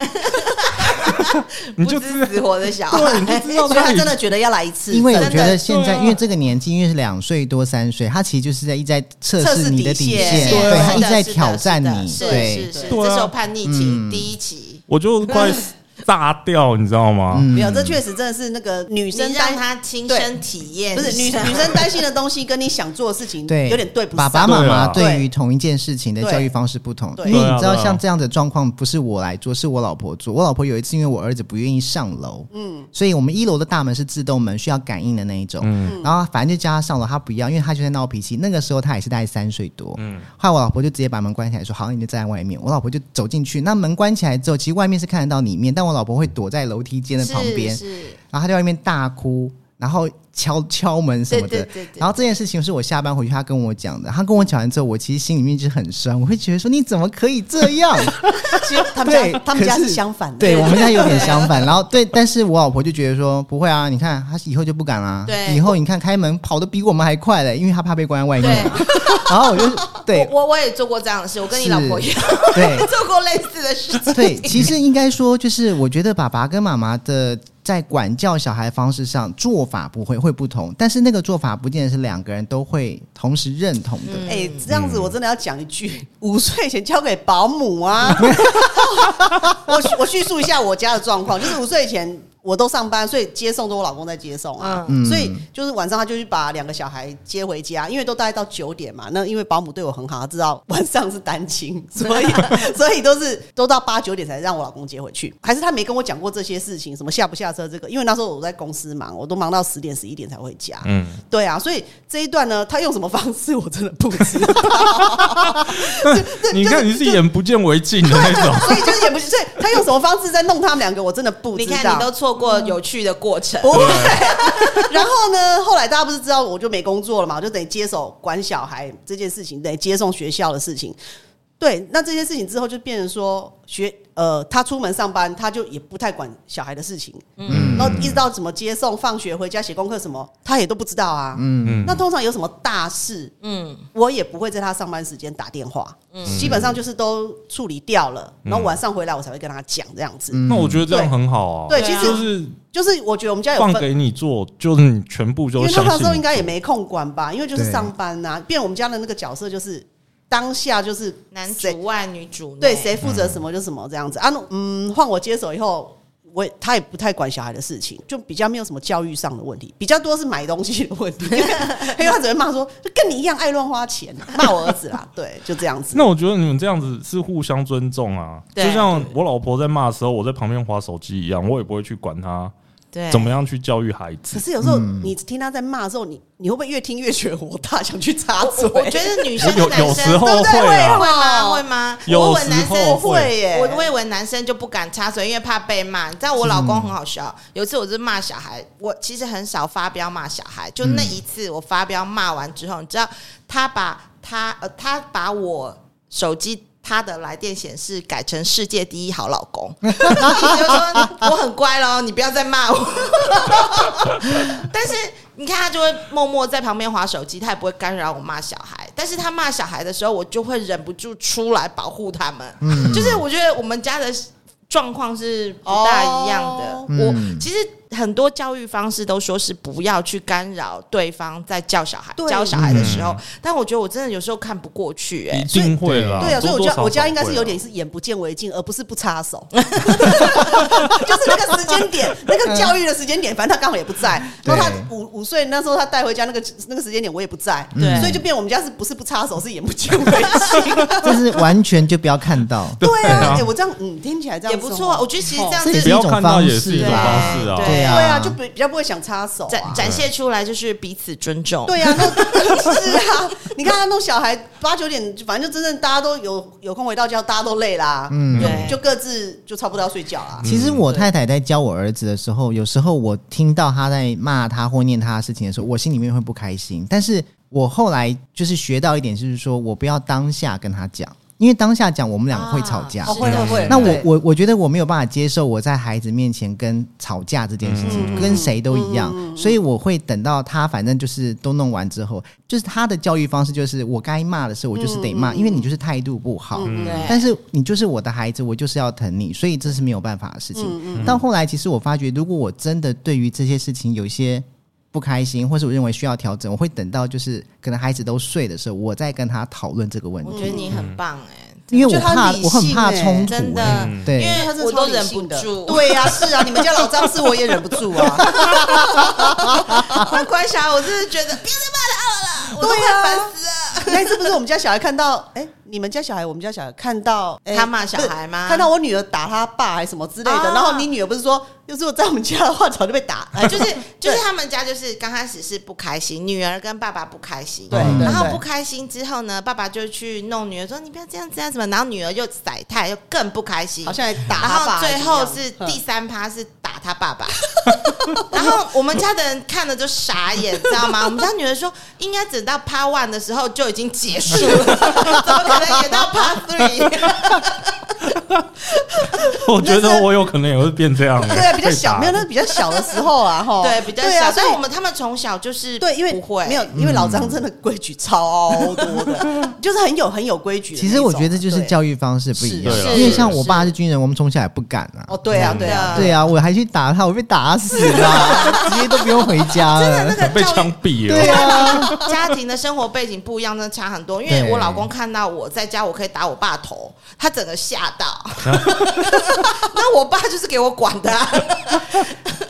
Speaker 2: 你就
Speaker 4: 不
Speaker 2: 知
Speaker 4: 知死活的小
Speaker 2: 对，你
Speaker 4: 孩，
Speaker 2: 就知道
Speaker 4: *laughs*
Speaker 3: 所以他
Speaker 2: 他已
Speaker 3: 真的觉得要来一次，
Speaker 1: 因为我
Speaker 3: 真
Speaker 1: 觉
Speaker 3: 的
Speaker 1: 得现在，
Speaker 2: 对啊
Speaker 1: 因为这个年纪，因为是两岁多三岁，他其实就是在一直在测
Speaker 3: 测
Speaker 1: 试
Speaker 3: 试
Speaker 1: 你的
Speaker 3: 底
Speaker 1: 底
Speaker 3: 线
Speaker 1: 线，
Speaker 4: 是
Speaker 2: 对
Speaker 1: 对
Speaker 4: 的
Speaker 1: 他一直在
Speaker 4: 是的
Speaker 1: 挑战
Speaker 4: 是的
Speaker 1: 你，
Speaker 4: 是
Speaker 1: 对
Speaker 4: 是是，
Speaker 2: 对啊
Speaker 4: 这时候叛逆期
Speaker 1: 嗯
Speaker 4: 第一期，
Speaker 2: 我就快炸掉，你知道吗？
Speaker 1: 嗯
Speaker 3: 没有，这确实真的是那个女
Speaker 4: 你
Speaker 3: 生
Speaker 4: 让
Speaker 3: 担
Speaker 4: 他亲身体验
Speaker 3: 不
Speaker 4: 一下，
Speaker 3: 是女女生担心的东西，跟你想做的事情
Speaker 1: 对，
Speaker 3: 有点对不
Speaker 1: 爸
Speaker 3: 上。
Speaker 1: 爸妈妈
Speaker 2: 对
Speaker 3: 啊
Speaker 1: 对于同一件事情的
Speaker 3: 对
Speaker 1: 教育方式不同，
Speaker 3: 对
Speaker 1: 因为
Speaker 2: 对啊
Speaker 1: 你知道
Speaker 2: 对啊
Speaker 1: 像这样的状况不是我来做，是我老婆做。我老婆有一次因为我儿子不愿意上楼，嗯，所以我们一楼的大门是自动门，需要感应的那一种，嗯，然后反正就叫他上楼，他不要，因为他就在闹脾气。那个时候他也是大概三岁多，嗯，后来我老婆就直接把门关起来，说好，你就站在外面。我老婆就走进去，那门关起来之后，其实外面是看得到里面，但我老婆会躲在楼梯间的旁边，
Speaker 4: 是是
Speaker 1: 然后他在外面大哭，然后敲敲门什么的。
Speaker 4: 对对对对
Speaker 1: 然后这件事情是我下班回去他跟我讲的，他跟我讲完之后，我其实心里面就很酸，我会觉得说你怎么可以这
Speaker 4: *laughs*
Speaker 1: 样？
Speaker 3: 其实他们
Speaker 1: 对
Speaker 3: 家，他们家
Speaker 1: 可
Speaker 3: 是相反的，
Speaker 1: 对我们家有点相反。然后对，但是我老婆就觉得说不会啊，你看他以后就不敢啦、
Speaker 4: 对
Speaker 1: 以后你看开门跑得比我们还快嘞，因为他怕被关在外面
Speaker 4: 对。
Speaker 1: 然后我就对
Speaker 4: 我我我也做过这样的事，我跟你
Speaker 1: 哎是
Speaker 4: 老婆一样
Speaker 1: 对，
Speaker 4: 做过类似的事
Speaker 1: *laughs*
Speaker 4: 情。
Speaker 1: 对，其实应该说，就是我觉得爸爸跟妈妈的在管教小孩方式上做法不会会不同，但是那个做法不见得是两个人都会同时认同的。
Speaker 3: 哎、这样子我真的要讲一
Speaker 1: 嗯
Speaker 3: 句，五岁前交给 *laughs* 保姆啊。我我叙述一下我家的状况，就是五岁以前，我都上班，所以接送都我老公在接送啊。
Speaker 1: 嗯
Speaker 3: 所以就是晚上他就去把两个小孩接回家，因为都大概到九点嘛。那因为保姆对我很好，他知道晚上是单亲， *laughs* 所以所以都是都到八九点才让我老公接回去。还是他没跟我讲过这些事情，什么下不下车这个，因为那时候我在公司忙，我都忙到十点十一点才回家。
Speaker 2: 嗯，
Speaker 3: 对啊，所以这一段呢，他用什么方式我真的不知道。
Speaker 2: 你看你是眼不见为净的那
Speaker 4: *laughs*
Speaker 2: 种，
Speaker 3: 所以就是也不是，所以他用什么方式在弄他们两个，我真的不知
Speaker 4: 你
Speaker 3: 道。
Speaker 4: 看，你都错过
Speaker 1: 嗯
Speaker 4: 有趣的过程。
Speaker 3: *laughs*
Speaker 1: *laughs*
Speaker 3: 不会。然后呢，后来大家不是知道我就没工作了嘛，我就等于接手管小孩这件事情，等于接送学校的事情。对，那这些事情之后就变成说学呃，他出门上班，他就也不太管小孩的事情，
Speaker 1: 嗯
Speaker 3: 然后一直到怎么接送、放学、回家、写功课什么，他也都不知道啊。
Speaker 1: 嗯，
Speaker 3: 那通常有什么大事，
Speaker 4: 嗯，
Speaker 3: 我也不会在他上班时间打电话，
Speaker 1: 嗯
Speaker 3: 基本上就是都处理掉了，然后晚上回来我才会跟他讲这样子。
Speaker 1: 嗯
Speaker 2: 那我觉得这样很好啊。
Speaker 3: 对，
Speaker 4: 对
Speaker 3: 其
Speaker 4: 啊
Speaker 3: 实
Speaker 2: 就是
Speaker 3: 就是我觉得我们家有
Speaker 2: 放
Speaker 3: 分
Speaker 2: 给你做，就是你全部
Speaker 3: 因
Speaker 2: 就
Speaker 3: 为他
Speaker 2: 相
Speaker 3: 那时
Speaker 2: 信
Speaker 3: 候
Speaker 2: 你
Speaker 3: 应该也没空管吧，因为就是
Speaker 1: 对
Speaker 3: 上班呐、变我们家的那个角色就是当下就是
Speaker 4: 男
Speaker 3: 谁
Speaker 4: 主外女主内
Speaker 3: 对谁负
Speaker 2: 嗯
Speaker 3: 责什么就什么这样子啊。那嗯，换我接手以后，我也他也不太管小孩的事情，就比较没有什么教育上的问题，比较多是买东西的问
Speaker 4: *laughs*
Speaker 3: 题。因为他只会骂说跟你一样爱乱花钱，啊 *laughs* 骂我儿子啦，对，就这样子。
Speaker 2: 那我觉得你们这样子是互相尊重啊，就
Speaker 4: 对
Speaker 2: 像我老婆在骂的时候，我在旁边划手机一样，我也不会去管她
Speaker 4: 对
Speaker 2: 怎么样去教育孩子
Speaker 3: 可。是有时候你听他在骂的时候，你你会不会越听越觉得火大，想去插嘴？
Speaker 4: 我觉得女生
Speaker 2: 有
Speaker 4: 男生
Speaker 2: 有时候
Speaker 4: 对不对
Speaker 2: 会啊
Speaker 4: 会吗？会吗？
Speaker 2: 有
Speaker 4: 我以为男
Speaker 2: 时候
Speaker 4: 生
Speaker 2: 会
Speaker 3: 耶
Speaker 4: 我我以为男生就不敢插嘴，因为怕被骂。你知道我老
Speaker 2: 嗯
Speaker 4: 公很好笑，有一次我是骂小孩，我其实很少发飙骂小孩，就
Speaker 2: 嗯
Speaker 4: 那一次我发飙骂完之后，你知道他把他呃他把我手机。他的来电显示改成世界第一好老公，然后你就说我很乖咯，你不要再骂我。 *laughs* 但是你看，他就会默默在旁边划手机，他也不会干扰我骂小孩。但是他骂小孩的时候，我就会忍不住出来保护他们。
Speaker 3: 嗯
Speaker 4: 就是我觉得我们家的状况是不大一样的。
Speaker 3: 哦
Speaker 4: 我
Speaker 1: 嗯
Speaker 4: 其实很多教育方式都说是不要去干扰对方在教小孩
Speaker 3: 对嗯
Speaker 4: 教小孩的时候，但我觉得我真的有时候看不过去、
Speaker 2: 一
Speaker 4: 哎，
Speaker 2: 定会啦，
Speaker 3: 对啊，所以我
Speaker 2: 多多
Speaker 3: 家
Speaker 2: 少
Speaker 3: 我家
Speaker 2: 少
Speaker 3: 应该是
Speaker 2: 会啊
Speaker 3: 有
Speaker 2: 啦
Speaker 3: 点是眼不见为净，而不是不插手， *laughs* 就是那个时间点，那个教育的时间点，反正他刚好也不在。然后他
Speaker 1: 对
Speaker 3: 五五岁那时候他带回家那个那个时间点我也不在，
Speaker 4: 对
Speaker 3: 所以就变我们家是不是不插手是眼不见为净？
Speaker 1: 这是完全就不要看到，
Speaker 3: 对
Speaker 2: 对啊
Speaker 3: 啊，哎，我这样嗯听起来这样哦
Speaker 4: 也不错啊。我觉得其实这样子
Speaker 1: 这
Speaker 2: 不
Speaker 1: 是一
Speaker 2: 要
Speaker 1: 种
Speaker 2: 看到
Speaker 1: 方
Speaker 2: 也是一
Speaker 1: 式
Speaker 2: 种
Speaker 1: 吧
Speaker 2: 方式啊。
Speaker 4: 对
Speaker 3: 对
Speaker 1: 对啊
Speaker 3: 啊，就比比较不会想插手
Speaker 4: 展
Speaker 3: 啊。
Speaker 4: 展现出来就是彼此尊重。
Speaker 3: 对啊，那是啊，你看他弄小孩八九点，反正就真正大家都有有空回到家，大家都累啦，
Speaker 1: 嗯
Speaker 3: 就
Speaker 4: 对
Speaker 3: 就各自就差不多要睡觉啦。
Speaker 1: 其实我太太在教我儿子的时候，有时候我听到他在骂他或念他的事情的时候，我心里面会不开心。但是我后来就是学到一点，就是说我不要当下跟他讲，因为当下讲我们两个会吵架。
Speaker 4: 啊
Speaker 3: 哦，会会会。
Speaker 1: 那我
Speaker 3: 对
Speaker 1: 我我觉得我没有办法接受我在孩子面前跟吵架这件事情，
Speaker 3: 嗯
Speaker 1: 跟谁都一样，所以我会等到他反正就是都弄完之后，就是他的教育方式就是我该骂的时候我就是得骂，
Speaker 3: 嗯
Speaker 1: 因为你就是态度不好，
Speaker 4: 对
Speaker 1: 但是你就是我的孩子，我就是要疼你，所以这是没有办法的事
Speaker 3: 嗯
Speaker 1: 情。到后来，其实我发觉，如果我真的对于这些事情有一些不开心，或是我认为需要调整，我会等到就是可能孩子都睡的时候，我再跟他讨论这个问
Speaker 4: 我
Speaker 1: 题，
Speaker 4: 觉得你
Speaker 1: 嗯
Speaker 4: 很棒哎、
Speaker 1: 因为我
Speaker 3: 就他
Speaker 1: 怕
Speaker 3: 理性
Speaker 1: 我很怕
Speaker 3: 欸
Speaker 1: 冲突、
Speaker 4: 真的
Speaker 1: 欸对，
Speaker 4: 因为
Speaker 3: 他是
Speaker 4: 我
Speaker 3: 超
Speaker 4: 都
Speaker 3: 理
Speaker 4: 忍不
Speaker 3: 性的
Speaker 4: *laughs* 住
Speaker 3: *laughs* 对呀、是啊，你们家老张是我也忍不住
Speaker 4: *laughs*
Speaker 3: 啊。
Speaker 4: 那乖小孩，啊我真的觉得别再骂他了，我都
Speaker 3: 对啊
Speaker 4: 快烦死了。
Speaker 3: 那一次不是我们家小孩看到，哎、你们家小孩，我们家小孩看到、哎
Speaker 4: 他骂小孩吗
Speaker 3: 不是看到我女儿打他爸还是什么之类的，
Speaker 4: 啊
Speaker 3: 然后你女儿不是说，要是我在我们家的话，早就被打，
Speaker 4: *laughs*
Speaker 3: 哎
Speaker 4: 就是就是他们家就是刚开始是不开心，女儿跟爸爸不开心，
Speaker 3: 对
Speaker 1: 对
Speaker 4: 然后
Speaker 3: 对
Speaker 4: 不开心之后呢，爸爸就去弄女儿说你不要这样这样什么，然后女儿又甩态，又更不开心，
Speaker 3: 好像还打
Speaker 4: 然
Speaker 3: 他爸
Speaker 4: 后
Speaker 3: 还
Speaker 4: 最
Speaker 3: 怎么
Speaker 4: 后
Speaker 3: 样，
Speaker 4: 是
Speaker 3: 嗯
Speaker 4: 第三趴是打他爸 *laughs* 爸，然后我们家的人看了就傻眼，知道 *laughs* 吗？我们家女儿说，应该等到趴 one 的时候就已经结束 *laughs* 了，怎么可能演到趴 three？
Speaker 2: 我觉得我有可能也会变这样欸。
Speaker 3: 对啊，比较
Speaker 2: 被
Speaker 3: 小，
Speaker 2: 打
Speaker 3: 没有那是比较小的时候啊，哈，
Speaker 4: *laughs* 哦对，比较
Speaker 3: 对啊
Speaker 4: 小，
Speaker 3: 所
Speaker 4: 所
Speaker 3: 以
Speaker 4: 以我们他们从小就是
Speaker 3: 对，因为
Speaker 4: 不会 *laughs*
Speaker 3: 没有，因为
Speaker 1: 嗯
Speaker 3: 老张真的规矩超多的，就是很有很有规矩的那
Speaker 1: 其
Speaker 3: 一种。啊
Speaker 1: 实我觉得就是
Speaker 3: 对
Speaker 1: 教育方式不一样，
Speaker 2: 是对啊
Speaker 1: 因为
Speaker 2: 是
Speaker 1: 像我爸是军人，我们从小也不敢啊。
Speaker 3: 哦，对啊，对啊，
Speaker 1: 对啊，我还去打他，我被打死了，直接都不用回家了。
Speaker 4: 那个
Speaker 2: 被
Speaker 4: 教育
Speaker 2: 枪毙
Speaker 1: 对
Speaker 2: 了，
Speaker 1: 啊，
Speaker 4: 家庭的生活背景不一样，真的差很多。因为
Speaker 1: 对
Speaker 4: 我老公看到我在家，我可以打我爸头，他整个吓到，道。 *laughs* 那我爸就是给我管的、啊，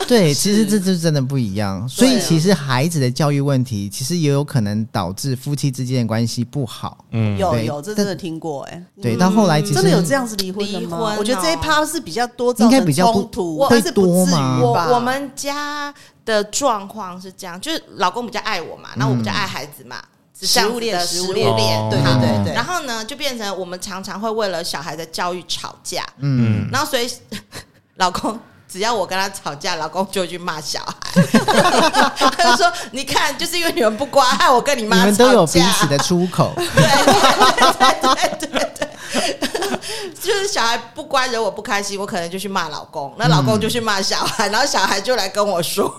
Speaker 1: 对，其实这就真的不一样。所以其实孩子的教育问题，其实也有可能导致夫妻之间的关系不好。
Speaker 2: 嗯，
Speaker 3: 有
Speaker 1: 对
Speaker 3: 有，这真
Speaker 1: 但
Speaker 3: 的听过哎、
Speaker 1: 对，到后来其实
Speaker 3: 真的有这样子离婚的吗？
Speaker 4: 离婚哦
Speaker 3: 我觉得这一趴是比较多，
Speaker 1: 应该比较不
Speaker 3: 冲突
Speaker 4: 我，
Speaker 3: 但是不
Speaker 1: 会多
Speaker 3: 至于
Speaker 1: 吗
Speaker 4: 我
Speaker 3: 吧？
Speaker 4: 哦我们家的状况是这样，就是老公比较爱我嘛，然后我比较爱孩子嘛，是这样子的
Speaker 3: 食
Speaker 4: 食
Speaker 3: 物
Speaker 4: 物
Speaker 3: 链
Speaker 4: 链，
Speaker 2: 哦
Speaker 3: 对
Speaker 4: 好
Speaker 3: 对对对，
Speaker 4: 然后呢，就变成我们常常会为了小孩的教育吵架，
Speaker 1: 嗯，
Speaker 4: 然后所以 *laughs* 老公。只要我跟他吵架，老公就会去骂小孩。 *laughs* 他就说：“你看，就是因为你们不乖，害我跟你
Speaker 1: 你
Speaker 4: 妈吵架。”
Speaker 1: 们都有彼此的出口。
Speaker 4: 对对对对对，就是小孩不乖惹我不开心，我可能就去骂老公，那老公就去骂小孩，然后小孩就来跟我说，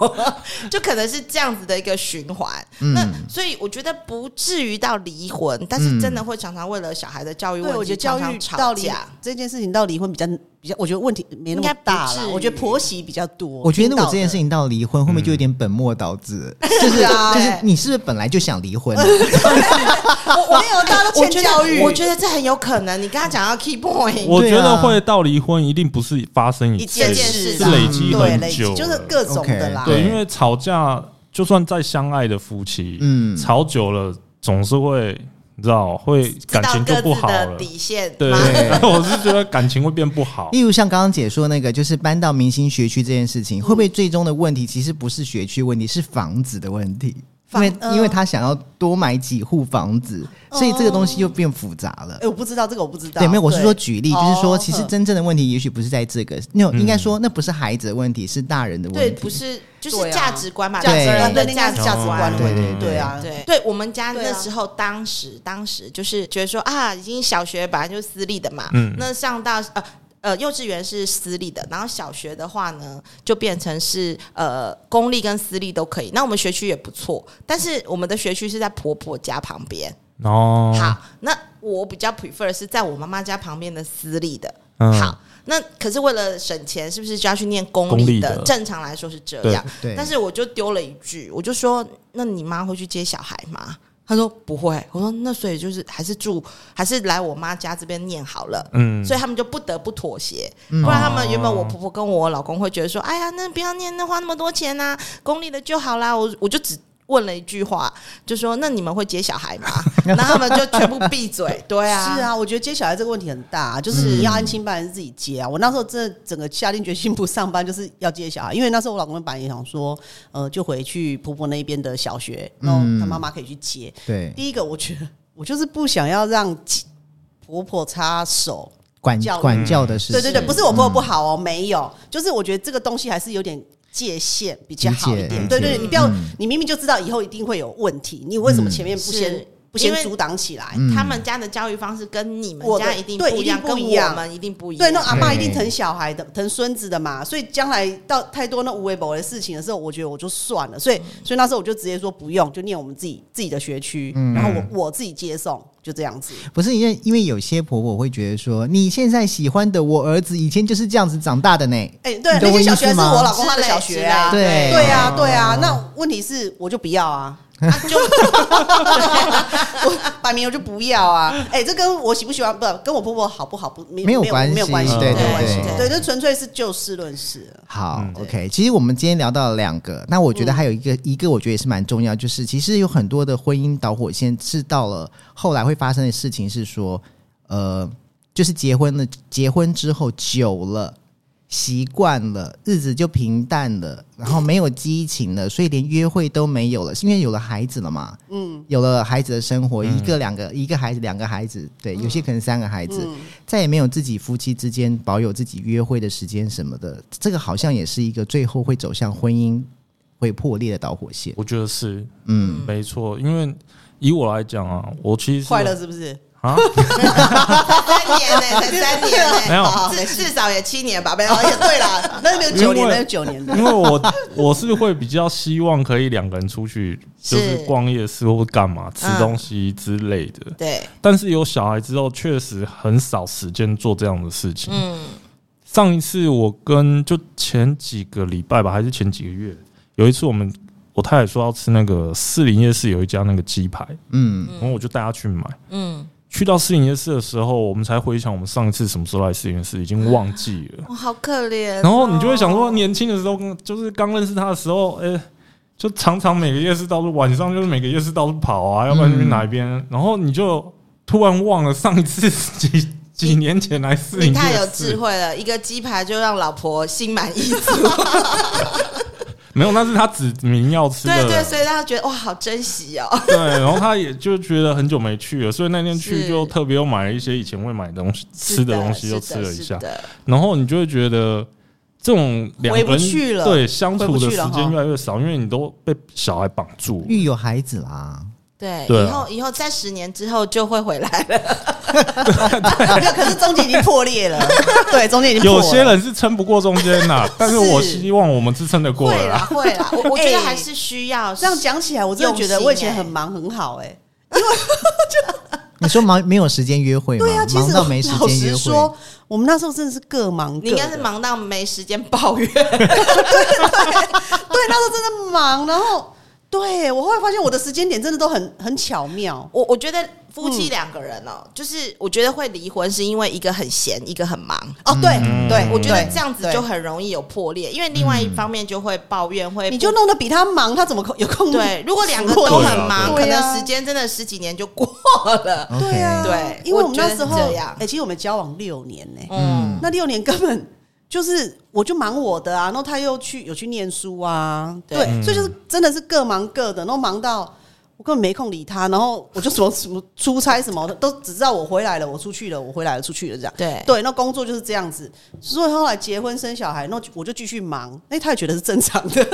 Speaker 4: 就可能是这样子的一个循环。那所以我觉得不至于到离婚，但是真的会常常为了小孩的教育问
Speaker 3: 对，
Speaker 4: 题，
Speaker 3: 我觉得教育
Speaker 4: 常常吵
Speaker 3: 到离
Speaker 4: 架。
Speaker 3: 这件事情到离婚比较比较，我觉得问题没那
Speaker 4: 应该
Speaker 3: 么
Speaker 4: 不
Speaker 3: 大
Speaker 4: 至
Speaker 3: 了。
Speaker 4: 于
Speaker 3: 我觉得婆媳比较多。
Speaker 1: *laughs* 我觉得
Speaker 3: 听
Speaker 1: 我
Speaker 3: 到
Speaker 1: 这件
Speaker 3: 的
Speaker 1: 事情到离婚后面就有点本末倒置，就是
Speaker 4: 是啊
Speaker 1: 就是你是不是本来就想离婚啊？
Speaker 4: 我没有，大家
Speaker 3: 哦都欠教育
Speaker 4: 我觉得这很有可能。你刚刚讲到 key point，
Speaker 2: 我觉
Speaker 1: 对啊
Speaker 2: 得会到离婚，一定不是发生
Speaker 4: 哎一
Speaker 2: 一次
Speaker 4: 件事
Speaker 2: 是
Speaker 4: 啊
Speaker 2: 累积
Speaker 3: 对
Speaker 2: 很
Speaker 3: 累积
Speaker 2: 久了，
Speaker 3: 就是各种的啦。
Speaker 2: 对，
Speaker 1: 对
Speaker 2: 因为吵架，就算再相爱的夫妻，
Speaker 1: 嗯
Speaker 2: 吵久了总是会，你知道，会
Speaker 4: 知
Speaker 2: 感
Speaker 4: 道
Speaker 2: 情就
Speaker 4: 各
Speaker 2: 不
Speaker 4: 自
Speaker 2: 好
Speaker 4: 的
Speaker 2: 了。
Speaker 4: 底线
Speaker 2: 对，
Speaker 4: 吗？
Speaker 1: 对
Speaker 2: *laughs* 我是觉得感情会变不好
Speaker 1: 例。如像刚刚姐说那个，就是搬到明星学区这件事情，会不会最终的问题其实不是学区问题，是房子的问题？因
Speaker 3: 房
Speaker 1: 为、
Speaker 3: 呃
Speaker 1: 因为他想要多买几户房子，所以这个东西就变复杂了。
Speaker 3: 哎、我不知道这个，我不知道。
Speaker 1: 对，没有，我是说举例，就是说，其实
Speaker 3: 嗯
Speaker 1: 真正的问题也许不是在这个，那种应该说那不是孩子的问题，是大人的问
Speaker 4: 对，
Speaker 1: 题。
Speaker 4: 不是，就
Speaker 3: 对
Speaker 4: 是
Speaker 3: 啊
Speaker 4: 价值观嘛，
Speaker 1: 价值观
Speaker 4: 两个
Speaker 3: 嗯对，那
Speaker 4: 人的
Speaker 3: 应该
Speaker 4: 价
Speaker 3: 是
Speaker 4: 值
Speaker 3: 价值观
Speaker 4: 观
Speaker 3: 问题。
Speaker 1: 对
Speaker 3: 对啊，
Speaker 4: 对，对我们家
Speaker 3: 对啊
Speaker 4: 那时候，当时当时就是觉得说啊，已经小学本来就是私立的嘛，
Speaker 2: 嗯
Speaker 4: 那上到呃呃幼稚园是私立的，然后小学的话呢，就变成是呃公立跟私立都可以。那我们学区也不错，但是我们的学区是在婆婆家旁边。
Speaker 2: 哦，
Speaker 4: 好，那我比较 prefer 是在我妈妈家旁边的私立的。
Speaker 2: 嗯
Speaker 4: 好，那可是为了省钱，是不是就要去念公
Speaker 2: 公
Speaker 4: 立
Speaker 2: 立
Speaker 4: 的？
Speaker 2: 的
Speaker 4: 正常来说是这
Speaker 2: 对
Speaker 4: 样，
Speaker 1: 对
Speaker 4: 但是我就丢了一句，我就说：“那你妈会去接小孩吗？”她说：“不会。”我说：“那所以就是还是住，还是来我妈家这边念好了。”
Speaker 2: 嗯，
Speaker 4: 所以他们就不得不妥协，不然他们原本我婆婆跟我老公会觉得说：“哎呀，那不要念，那花那么多钱呐、公立的就好啦。我”我就只问了一句话，就说：“那你们会接小孩吗？” *laughs* 然后他们就全部闭嘴。对啊，
Speaker 3: 是，啊，嗯我觉得接小孩这个问题很大、啊就是你要安亲班还是自己接啊？我那时候真的整个下定决心不上班，就是要接小孩，因为那时候我老公本来也想说，呃，就回去婆婆那边的小学，然后他妈妈可以去接。
Speaker 1: 对，
Speaker 3: 第一个，我觉得我就是不想要让婆婆插手，
Speaker 1: 管
Speaker 3: 教育
Speaker 1: 管教的事情，
Speaker 3: 对对对，不是我婆婆不好哦，没有，就是我觉得这个东西还是有点。界限比较好一
Speaker 1: 理解
Speaker 3: 点，对对，
Speaker 1: 理
Speaker 3: 对
Speaker 1: 解
Speaker 3: 你不要
Speaker 1: 嗯，
Speaker 3: 你明明就知道以后一定会有问题，你为什么前面不先
Speaker 4: 是
Speaker 3: 不
Speaker 4: 因
Speaker 3: 先
Speaker 4: 为
Speaker 3: 阻挡起来？
Speaker 1: 嗯
Speaker 4: 他们家的教育方式跟你们
Speaker 3: 我的
Speaker 4: 家一定
Speaker 3: 对
Speaker 4: 不一样，
Speaker 3: 一定不
Speaker 4: 跟
Speaker 3: 一样
Speaker 4: 我们一定不一样。
Speaker 3: 对，那阿
Speaker 1: 对
Speaker 3: 妈一定疼小孩的，疼孙子的嘛，所以将来到太多那无为不为的事情的时候，我觉得我就算了，所
Speaker 4: 嗯
Speaker 3: 以所以那时候我就直接说不用，就念我们自己自己的学区，
Speaker 1: 嗯
Speaker 3: 然后我我自己接送，就这样子。
Speaker 1: 不是因为因为有些婆婆会觉得说，你现在喜欢的我儿子以前就是这样子长大的呢。
Speaker 3: 哎、对
Speaker 1: 你，懂
Speaker 3: 那
Speaker 1: 我
Speaker 3: 些
Speaker 1: 意
Speaker 3: 小
Speaker 1: 思
Speaker 3: 学是
Speaker 1: 吗
Speaker 3: 我老公他的小学啊，
Speaker 4: 之类
Speaker 1: 对
Speaker 3: 对啊，
Speaker 4: 哦
Speaker 3: 对啊。那问题是我就不
Speaker 1: *laughs*
Speaker 3: 要啊，
Speaker 4: 啊就
Speaker 3: *laughs* 我摆明我就不要啊。哎、这跟我喜不喜欢不跟我婆婆好不好不没
Speaker 1: 没有
Speaker 3: 没有
Speaker 1: 关系
Speaker 3: 没有关系，
Speaker 1: 对
Speaker 3: 没有
Speaker 4: 对
Speaker 3: 关系对，
Speaker 4: 对
Speaker 3: 这纯粹是就事论事。
Speaker 1: 好、
Speaker 2: 嗯
Speaker 1: o k 其实我们今天聊到了两个，那我觉得还有一个、一个，我觉得也是蛮重要，就是其实有很多的婚姻导火线是到了后来会发生的事情是说，呃，就是结婚了，结婚之后久了。习惯了，日子就平淡了，然后没有激情了，所以连约会都没有了，是因为有了孩子了嘛？嗯，有了孩子的生活，一个两个，一个孩子，两个孩子，对，有
Speaker 3: 嗯
Speaker 1: 些可能三个孩子，再也没有自己夫妻之间保有自己约会的时间什么的，这个好像也是一个最后会走向婚姻会破裂的导火线。
Speaker 2: 我觉得是，
Speaker 1: 嗯，
Speaker 2: 没错，因为以我来讲啊，我其实是
Speaker 3: 快乐是不是？
Speaker 2: 啊，
Speaker 4: 三年呢、才三年呢、
Speaker 2: 没有
Speaker 4: 好 *laughs* 至至少也七年吧，
Speaker 3: *laughs*
Speaker 4: 没有。而且对了，
Speaker 3: 那没有九年，
Speaker 2: 因为
Speaker 3: 那有九年的。
Speaker 2: 因为我我是会比较希望可以两个人出去，就是
Speaker 4: 是
Speaker 2: 逛夜市或干嘛吃
Speaker 4: 嗯
Speaker 2: 东西之类的。
Speaker 4: 对，
Speaker 2: 但是有小孩之后，确实很少时间做这样的事情。
Speaker 4: 嗯，
Speaker 2: 上一次我跟就前几个礼拜吧，还是前几个月，有一次我们我太太说要吃那个士林夜市有一家那个鸡排，
Speaker 1: 嗯，
Speaker 2: 哦然后我就带她去买，
Speaker 4: 嗯，
Speaker 2: 去到四零夜市的时候，我们才回想我们上一次什么时候来四零夜市，已经忘记了。
Speaker 4: 我好可怜哦。
Speaker 2: 然后你就会想说，年轻的时候跟就是刚认识他的时候，哎、就常常每个夜市到处晚上就是每个夜市到处跑啊，要不然就去哪一边，
Speaker 4: 嗯
Speaker 2: 然后你就突然忘了上一次几几年前来四
Speaker 4: 你
Speaker 2: 零夜
Speaker 4: 太有智
Speaker 2: 市，
Speaker 4: 慧了，一个鸡排就让老婆心满意 *laughs* 足。
Speaker 2: 没有，那是他指明要吃的，
Speaker 4: 对 *laughs* 对，所以他觉得哇，好珍惜哦。
Speaker 2: 对，然后他也就觉得很久没去了，所以那天去
Speaker 4: 是
Speaker 2: 就特别又买了一些以前会买的东西，吃的东西
Speaker 4: 是
Speaker 2: 又
Speaker 4: 的
Speaker 2: 吃了一下
Speaker 4: 是，的
Speaker 2: 然后你就会觉得这种两个
Speaker 3: 回不
Speaker 2: 人
Speaker 3: 去了
Speaker 2: 对相
Speaker 3: 回
Speaker 2: 处
Speaker 3: 不
Speaker 2: 的
Speaker 3: 去了
Speaker 2: 时间
Speaker 3: 哈
Speaker 2: 越来越少，因为你都被小孩绑住了。
Speaker 1: 因为有孩子啦，
Speaker 4: 对，
Speaker 2: 对啊
Speaker 4: 以后以后在十年之后就会回来了。
Speaker 3: *laughs* 没有，可是中间已经破裂
Speaker 4: *laughs*
Speaker 3: 了，对，中间已经破
Speaker 2: 有
Speaker 3: 了
Speaker 2: 些人是撑不过中间
Speaker 3: *laughs*
Speaker 2: 啦，但是我希望我们是撑得过
Speaker 4: 会
Speaker 2: 的
Speaker 4: 啦
Speaker 2: 啦。
Speaker 4: 会啦，我我觉得
Speaker 3: 哎
Speaker 4: 还是需要
Speaker 3: 这样讲起来，我真的觉得我以前很忙很好哎、
Speaker 1: 你说忙没有时间约会吗？
Speaker 3: 对啊，其
Speaker 1: 忙
Speaker 3: 实
Speaker 1: 到没时
Speaker 3: 老
Speaker 1: 间约
Speaker 3: 实
Speaker 1: 会，
Speaker 3: 说，我们那时候真的是各忙各的，
Speaker 4: 你应该是忙到没时间抱怨，
Speaker 3: *laughs* 对，啊那时候真的忙，然后对我后来发现我的时间点真的都很很巧妙，
Speaker 4: 我我觉得夫
Speaker 3: 嗯
Speaker 4: 妻两个人哦，就是我觉得会离婚是因为一个很闲，一个很忙。
Speaker 3: 哦，对、
Speaker 2: 嗯
Speaker 3: 对，
Speaker 4: 我觉得
Speaker 3: 对
Speaker 4: 这样子
Speaker 3: 对
Speaker 4: 就很容易有破裂，因为另外一方面就会抱怨，会
Speaker 3: 你就弄得比他忙，他怎么有空？
Speaker 4: 嗯
Speaker 3: *laughs*
Speaker 4: 对。如果两个都很忙，
Speaker 3: 对啊
Speaker 4: 可
Speaker 3: 对啊
Speaker 4: 能时间真的十几年就过了。
Speaker 1: OK
Speaker 3: 对啊，
Speaker 4: 对
Speaker 3: 因为我们那时
Speaker 4: 我觉得
Speaker 3: 候，
Speaker 4: 是这
Speaker 3: 哎
Speaker 4: 样、
Speaker 3: 其实我们交往六年呢、
Speaker 1: 嗯，
Speaker 3: 那六年根本就是我就忙我的啊，然后他又去有去念书啊，对，
Speaker 4: 对
Speaker 3: 所以就是真的是各忙各的，然后忙到我根本没空理他，然后我就什么什么出差什么的，都只知道我回来了，我出去了，我回来了，出去了这样。
Speaker 4: 对
Speaker 3: 对，那工作就是这样子，所以后来结婚生小孩，那我就继续忙，那他也觉得是正常的，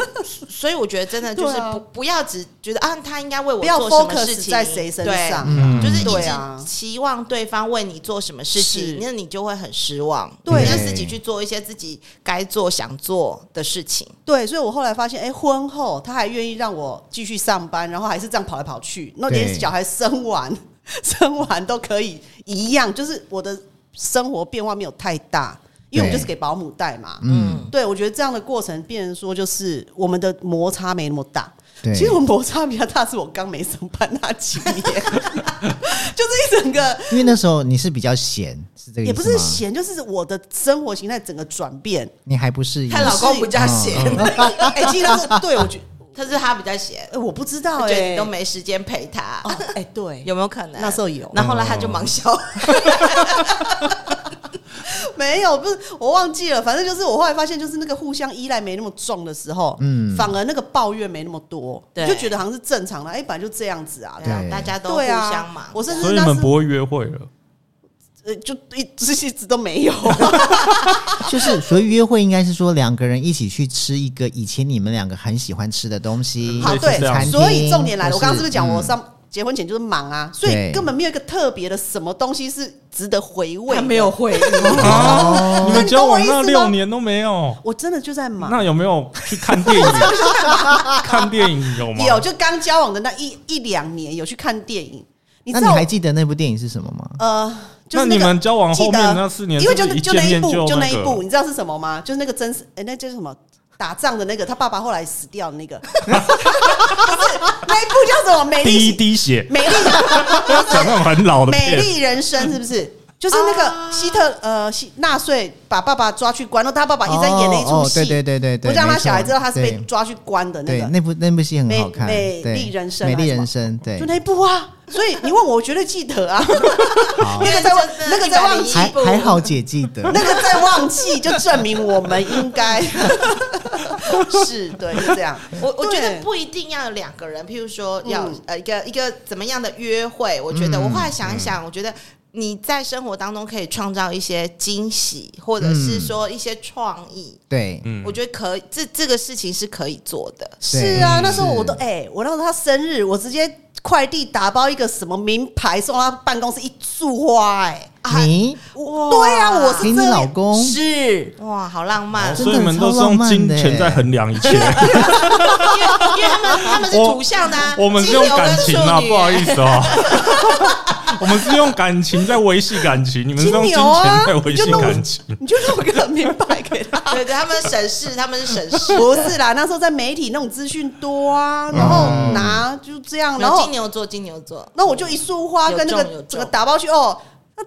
Speaker 4: 所以我觉得真的就是
Speaker 3: 对啊
Speaker 4: 不不要只觉得啊，他应该为我
Speaker 3: 不要
Speaker 4: 做什么事
Speaker 3: focus
Speaker 4: 情，
Speaker 3: 在谁身
Speaker 4: 对
Speaker 3: 上，
Speaker 2: 嗯
Speaker 4: 就是一
Speaker 3: 对
Speaker 4: 直
Speaker 3: 啊
Speaker 4: 期望对方为你做什么事
Speaker 3: 是
Speaker 4: 情，那你就会很失望。
Speaker 3: 对
Speaker 4: 你要自己去做一些自己该做、想做的事情。
Speaker 3: 对，所以我后来发现，哎、婚后他还愿意让我继续上班，然后还是这样跑来跑去，那连
Speaker 1: 对
Speaker 3: 小孩生完 *laughs* 生完都可以一样，就是我的生活变化没有太大，因为我
Speaker 1: 对
Speaker 3: 们就是给保姆带嘛。
Speaker 1: 嗯，
Speaker 3: 对，我觉得这样的过程，变成说就是我们的摩擦没那么大。
Speaker 1: 对，
Speaker 3: 其实我摩擦比较大，是我刚没上班那几
Speaker 1: *laughs*
Speaker 3: 年，就是一整个
Speaker 1: 因为那时候你是比较闲，是这个意思
Speaker 3: 也不是
Speaker 1: 吗，
Speaker 3: 闲，就是我的生活形态整个转变。 *laughs*
Speaker 1: 你还不适应。
Speaker 4: 看老公比较闲，
Speaker 3: 哎、其实那时候对我觉得，
Speaker 4: 可是他比较闲，
Speaker 3: 哎我不知道
Speaker 4: 我
Speaker 3: 哎、
Speaker 4: 觉得你都没时间陪他
Speaker 3: 哦，，哎、对，
Speaker 4: 有没有可能？
Speaker 3: 那时候有
Speaker 4: 那后来他就忙小孩，
Speaker 3: 没有，不是我忘记了，反正就是我后来发现，就是那个互相依赖没那么重的时候，
Speaker 1: 嗯
Speaker 3: 反而那个抱怨没那么多，
Speaker 4: 对
Speaker 3: 就觉得好像是正常的，哎、本来就这样子啊，
Speaker 1: 对
Speaker 4: *laughs* 大家都互
Speaker 3: 对啊，
Speaker 4: 相忙。
Speaker 3: 我甚
Speaker 2: 所
Speaker 3: 至
Speaker 2: 以你
Speaker 3: 那
Speaker 2: 们
Speaker 3: 是
Speaker 2: 不会约会了，
Speaker 3: 呃，就一直一直都没有，
Speaker 1: 就是所以约会应该是说两个人一起去吃一个以前你们两个很喜欢吃的东西。
Speaker 2: 嗯
Speaker 3: 好
Speaker 2: 类似
Speaker 3: 对
Speaker 2: 这样
Speaker 1: 餐，厅
Speaker 3: 所以重点来
Speaker 1: 或
Speaker 3: 了，
Speaker 1: 是
Speaker 3: 我刚刚是不是讲
Speaker 1: 嗯
Speaker 3: 我上？结婚前就是忙啊，所以
Speaker 1: 对
Speaker 3: 根本没有一个特别的什么东西是值得回味。
Speaker 4: 他没有回忆，
Speaker 1: 哦，
Speaker 2: 你们交往那
Speaker 3: 你懂我意思吗
Speaker 2: 六年都没有。
Speaker 3: 我真的就在忙。
Speaker 2: 那有没有去看电
Speaker 3: *laughs*
Speaker 2: 影？看电影有吗？
Speaker 3: 有，就刚交往的那一一两年有去看电影，你
Speaker 1: 那
Speaker 3: 知
Speaker 1: 你
Speaker 3: 道
Speaker 1: 还记得那部电影是什么吗？
Speaker 3: 呃，就是
Speaker 2: 那
Speaker 3: 那
Speaker 2: 你
Speaker 3: 个
Speaker 2: 们交往后面
Speaker 3: 记得
Speaker 2: 那四年
Speaker 3: 因为就
Speaker 2: 不
Speaker 3: 是
Speaker 2: 是一
Speaker 3: 就那
Speaker 2: 见
Speaker 3: 一
Speaker 2: 面
Speaker 3: 部，就那
Speaker 2: 那
Speaker 3: 一
Speaker 2: 个
Speaker 3: 部，你知道是什么吗？就是那个真实，哎、那就是什么打仗的那个，他爸爸后来死掉的那个， *laughs* 不是那一部叫什么？美
Speaker 2: 第一
Speaker 3: 丽
Speaker 2: 滴血，
Speaker 3: *laughs* 美
Speaker 2: *laughs*
Speaker 3: 丽
Speaker 2: 讲那种很老的
Speaker 3: 美
Speaker 2: 片，
Speaker 3: 丽人生是不是？就是那
Speaker 1: 啊
Speaker 3: 个希特呃希纳粹把爸爸抓去关，然后他爸爸一直在演那一出
Speaker 1: 哦哦
Speaker 3: 戏、
Speaker 1: 对对对对对
Speaker 3: 不让他
Speaker 1: 没错
Speaker 3: 小孩知道他是被
Speaker 1: 对
Speaker 3: 抓去关的那
Speaker 1: 对，
Speaker 3: 个。
Speaker 1: 那部那部戏很
Speaker 3: 美
Speaker 1: 好看，
Speaker 3: 美
Speaker 1: 对
Speaker 3: 丽人生啊
Speaker 1: 美丽
Speaker 3: 还是什么
Speaker 1: 人生，对
Speaker 3: 就，那一部啊，所以你问我，我绝对记得啊。 *laughs* 那个在
Speaker 4: 因为真
Speaker 3: 那
Speaker 4: 的
Speaker 3: 个在忘记
Speaker 4: 101
Speaker 1: 还
Speaker 4: 部
Speaker 1: 还好姐记得，
Speaker 3: 那个在忘记，就证明我们应该 *laughs* 是对，就这 *laughs* 样。
Speaker 4: 我我觉
Speaker 3: 对
Speaker 4: 得不一定要有两个人，譬如说要、
Speaker 3: 嗯
Speaker 4: 呃一个一个怎么样的约会，我觉得、
Speaker 1: 嗯
Speaker 4: 我后来想一想，我觉得你在生活当中可以创造一些惊喜，或者是说一些创意，
Speaker 1: 对，
Speaker 2: 嗯
Speaker 4: 我觉得可以，这这个事情是可以做的。
Speaker 1: 对
Speaker 3: *laughs* 是啊，那时候
Speaker 1: 是
Speaker 3: 我都哎、我那时候他生日，我直接快递打包一个什么名牌送到他办公室一束花、哎，
Speaker 4: 啊
Speaker 1: 你
Speaker 4: 哇，对啊，我
Speaker 1: 给
Speaker 4: 是
Speaker 1: 你
Speaker 4: 这
Speaker 1: 老
Speaker 4: 样，
Speaker 1: 公，
Speaker 4: 是哇，好浪漫，
Speaker 1: 真
Speaker 2: 所
Speaker 1: 的
Speaker 2: 以你们都是用金钱在衡量一
Speaker 3: *laughs*
Speaker 2: 切，
Speaker 4: 因为因为他们他们是
Speaker 2: 我
Speaker 4: 图像的啊，
Speaker 2: 我们是
Speaker 4: 金牛
Speaker 2: 用
Speaker 4: 跟
Speaker 2: 感情啊，
Speaker 4: 处女
Speaker 2: 不好意思哦。 *laughs* 我们是用感情在维系感情，你们是用金
Speaker 3: 金牛啊
Speaker 2: 钱在维系感情。
Speaker 3: 你就弄个 *laughs* 明白给他。
Speaker 4: 对对，他们审视，他们是审视。
Speaker 3: 不是啦，那时候在媒体那种资讯多啊，然后
Speaker 1: 嗯
Speaker 3: 拿就这样，然
Speaker 4: 然后
Speaker 3: 后
Speaker 4: 金牛座，金牛座，
Speaker 3: 那我就一束花
Speaker 4: 有
Speaker 3: 跟那
Speaker 4: 中有
Speaker 3: 个
Speaker 4: 中
Speaker 3: 整个打包去哦，那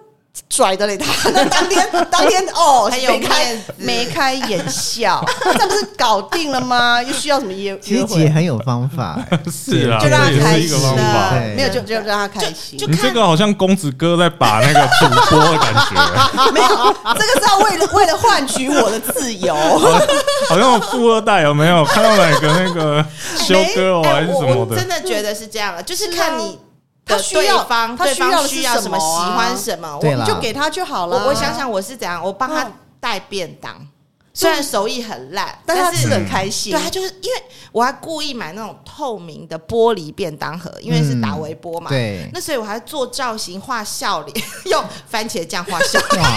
Speaker 3: 拽的嘞他， *laughs* 那当
Speaker 4: *laughs*
Speaker 3: 天当天哦，
Speaker 4: 很有
Speaker 3: 眉开
Speaker 4: 面子
Speaker 3: 眉开眼笑，这不是搞定了吗？又需要什么约
Speaker 1: *laughs* 其
Speaker 3: 约
Speaker 1: 实姐
Speaker 3: 会？
Speaker 1: 很有方法、
Speaker 2: 是啊，
Speaker 3: 就让他
Speaker 2: 这也
Speaker 3: 开
Speaker 2: 是一个
Speaker 3: 心
Speaker 2: 方
Speaker 3: 啊
Speaker 2: 法。
Speaker 1: 对
Speaker 3: 没有就就让他开心
Speaker 4: 就。
Speaker 2: 你这个好像公子哥在把那个主播的感觉，
Speaker 3: *laughs* 啊没有，这个是要
Speaker 4: *laughs*
Speaker 3: 为了为了换取我的自由。
Speaker 2: 好像有富二代有没有看到哪个那个修哥哦
Speaker 4: 没哎
Speaker 2: 还是什
Speaker 4: 我
Speaker 2: 么
Speaker 4: 我真
Speaker 2: 的？
Speaker 4: 的觉得是这样了，就是
Speaker 3: 是啊
Speaker 4: 看你
Speaker 3: 他
Speaker 4: 的
Speaker 3: 需
Speaker 4: 对
Speaker 3: 要
Speaker 4: 方，
Speaker 3: 他
Speaker 4: 对
Speaker 3: 需要
Speaker 4: 方
Speaker 3: 的
Speaker 4: 需
Speaker 3: 是
Speaker 4: 要
Speaker 3: 什
Speaker 4: 什么，
Speaker 3: 么
Speaker 4: 喜
Speaker 3: 啊
Speaker 4: 欢什么。
Speaker 1: 对
Speaker 4: 我
Speaker 1: 啦
Speaker 3: 你就给他就好了。
Speaker 4: 我我想，想我是怎样，我帮他
Speaker 3: 嗯
Speaker 4: 带便当，虽然手艺很烂，
Speaker 3: 但他
Speaker 4: 但
Speaker 3: 吃
Speaker 4: 是
Speaker 3: 的很开心。
Speaker 4: 对他就是因为我还故意买那种透明的玻璃便当盒，因为是打微波嘛。
Speaker 1: 对，
Speaker 4: 那所以我还做造型、画笑脸， *laughs* 用番茄酱画
Speaker 1: *laughs*
Speaker 4: 笑脸。
Speaker 1: 哇，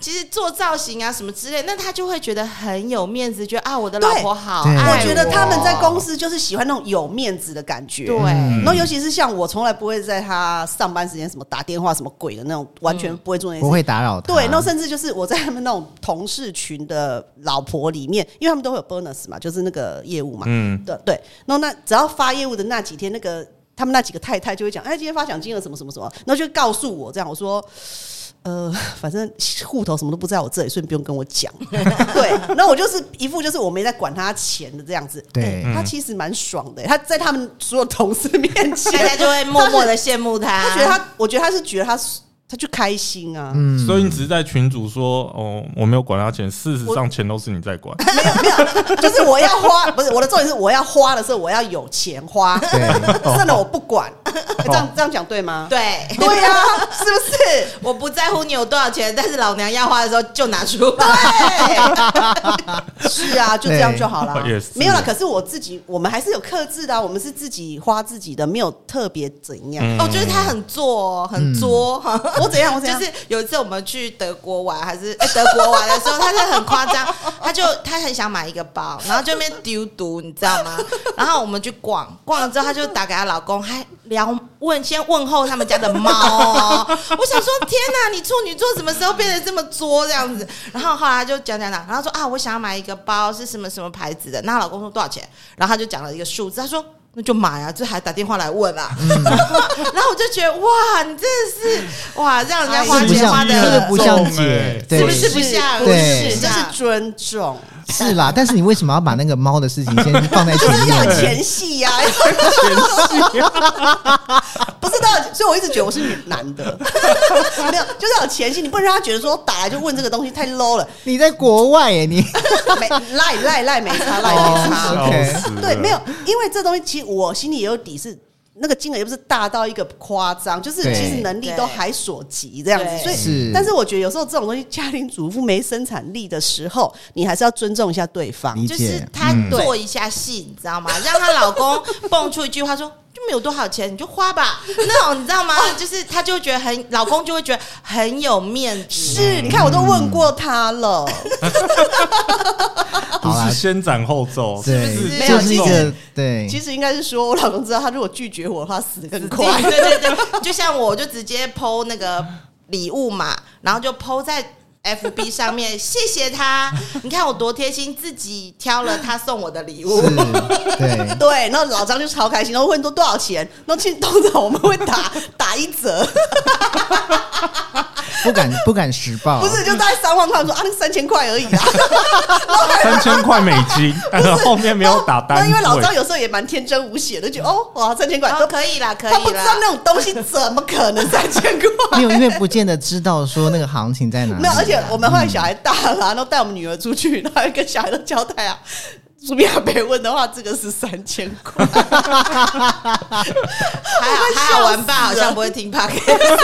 Speaker 4: 其实做造型啊什么之类，那他就会觉得很有面子，觉得啊我的
Speaker 3: 对
Speaker 4: 老婆好
Speaker 1: 对
Speaker 4: 爱
Speaker 3: 我觉得他们在公
Speaker 4: 司
Speaker 3: 司就是喜欢那种有面子的感觉。
Speaker 4: 对，
Speaker 1: 嗯
Speaker 3: 然后尤其是像我，从来不会在他上班时间什么打电话什么鬼的那种，完全不会做那些
Speaker 1: 不
Speaker 3: 事。
Speaker 1: 会打扰他。
Speaker 3: 对，然后甚至就是我在他们那种同事群的老婆里面，因为他们都会有 bonus 嘛，就是那个业务嘛，
Speaker 2: 嗯，
Speaker 3: 对对。然后那只要发业务的那几天，那个他们那几个太太就会讲，哎，今天发奖金了什么什么什么，然后就告诉我这样，我说。呃， *laughs* 反正户头什么都不在我这里，所以你不用跟我讲。对，那我就是一副就是我没在管他钱的这样子。
Speaker 1: 对
Speaker 3: 哎他其实蛮爽的、他在他们所有同事面前，
Speaker 4: *laughs* 大家就会默默的羡慕他。
Speaker 3: 他觉得他，我觉得他是觉得他是他就开心啊，
Speaker 1: 嗯
Speaker 2: 所以你只是在群主说哦，我没有管他钱，事实上钱都是你在管。
Speaker 3: 就是我要花，不是我的重点是我要花的时候我要有钱花，
Speaker 1: 对，哦
Speaker 3: *laughs* 剩的我不
Speaker 1: *laughs*
Speaker 3: 管，哎这样这样讲对吗？
Speaker 4: 对，
Speaker 3: 对啊呀、是不是？
Speaker 4: *laughs* 我不在乎你有多少钱，但是老娘要花的时候就拿出来。
Speaker 3: 对，是啊，就这样
Speaker 2: *laughs*
Speaker 3: 就好了
Speaker 2: 对也哎是。
Speaker 3: 没有了，可是我自己，我们还是有克制的啊、我们是自己花自己的，没有特别怎样。
Speaker 4: *laughs*
Speaker 2: 嗯
Speaker 4: 哦，就是他很做哦，很作。 *laughs*
Speaker 3: 我怎样？我怎
Speaker 4: 就
Speaker 3: 样？
Speaker 4: 是有一次我们去德国玩，还是、哎德国玩的时候，他是很夸张，他就他很想买一个包，然后就那边丢毒，你知道吗？然后我们去逛，逛了之后，他就打给她老公，还聊问先问候他们家的猫、哦。我想说，天哪，你处女座什么时候变得这么作这样子？然后后来他就讲讲讲，然后说啊，我想要买一个包，是什么什么牌子的？那老公说多少钱？然后他就讲了一个数字，他说。那就买啊！这还打电话来问啊， *laughs* 然后我就觉得哇，你真的是哇，让人家花
Speaker 1: 是不
Speaker 4: 钱花
Speaker 1: 像，
Speaker 4: 的
Speaker 1: 这个不像
Speaker 2: 重欸
Speaker 1: 姐，对
Speaker 4: 是不是不像
Speaker 3: 不
Speaker 1: 对
Speaker 3: 是，这是尊重，
Speaker 1: 是啦，但是你为什么要把那个猫的事情先放在前
Speaker 3: *laughs* 就是要有
Speaker 1: 面？
Speaker 3: 前戏呀、
Speaker 2: *laughs*
Speaker 3: 不是的，所以我一直觉得我是男的， *laughs* 没有，就是要有前戏，你不能让他觉得说打来就问这个东西太 low 了，
Speaker 1: 你在国外耶，你
Speaker 3: 没赖赖赖没差赖没差，
Speaker 1: 哦，OK
Speaker 2: 笑死了
Speaker 3: 对，没有，因为这东西其实我心里也有底是。那个金额也不是大到一个夸张，就是
Speaker 1: 对
Speaker 3: 其实能力都还所及这样子，
Speaker 4: 对
Speaker 3: 所以
Speaker 1: 是
Speaker 3: 但是我觉得有时候这种东西，家庭主妇没生产力的时候，你还是要尊重一下对方。
Speaker 1: 理
Speaker 4: 就是
Speaker 1: 解，嗯
Speaker 4: 她做一下戏，你知道吗？让她老公蹦出一句话说。就没有多少钱，你就花吧。那种你知
Speaker 1: *laughs*
Speaker 4: 道吗？就是她就会觉得很，老公就会觉得很有面子。
Speaker 3: 是，你看我都问过他了，
Speaker 1: 嗯
Speaker 2: 不
Speaker 1: 好啦
Speaker 2: 是先斩后奏，
Speaker 1: 对
Speaker 4: 是不，
Speaker 3: 是
Speaker 1: 就
Speaker 3: 没
Speaker 1: 是一
Speaker 3: 有
Speaker 1: 个对，
Speaker 3: 其实应该是说我老公知道，他如果拒绝我的话，死得更
Speaker 4: 对
Speaker 3: 快。
Speaker 4: 对对对，就像我就直接剖那个礼物嘛，然后就剖在
Speaker 1: *laughs*
Speaker 4: FB 上面，谢谢他。你看我多贴心，自己挑了他送我的礼物
Speaker 1: 是。，对，
Speaker 3: *laughs* 对，然后老张就超开心，然后问多多少钱，然后其实通常我们会打打一折，
Speaker 1: 哦不敢不敢实报，
Speaker 3: 不是就大概三万块，我说啊那个三千块而已啦。
Speaker 2: 三千块美金，但是后面没有打单
Speaker 3: 哦那
Speaker 2: 位，
Speaker 3: 因为老张有时候也蛮天真无邪的，就觉得哦哇三千块
Speaker 4: 然后
Speaker 3: 都
Speaker 4: 可以啦，可
Speaker 3: 他不
Speaker 4: 以
Speaker 3: 知道
Speaker 4: 啦。
Speaker 3: 那种东西怎么可能三千
Speaker 4: *laughs*
Speaker 3: 块？
Speaker 1: 没有，因为不见得知道说那个行情在哪里。
Speaker 3: 没有，而且我们后来小孩大了，然后带我们女儿出去，然后跟小孩都交代啊。苏比亚被问的话，这个是三千块，
Speaker 4: 还好
Speaker 1: 啊
Speaker 4: 还好，玩爸好像不会听 p o d c a s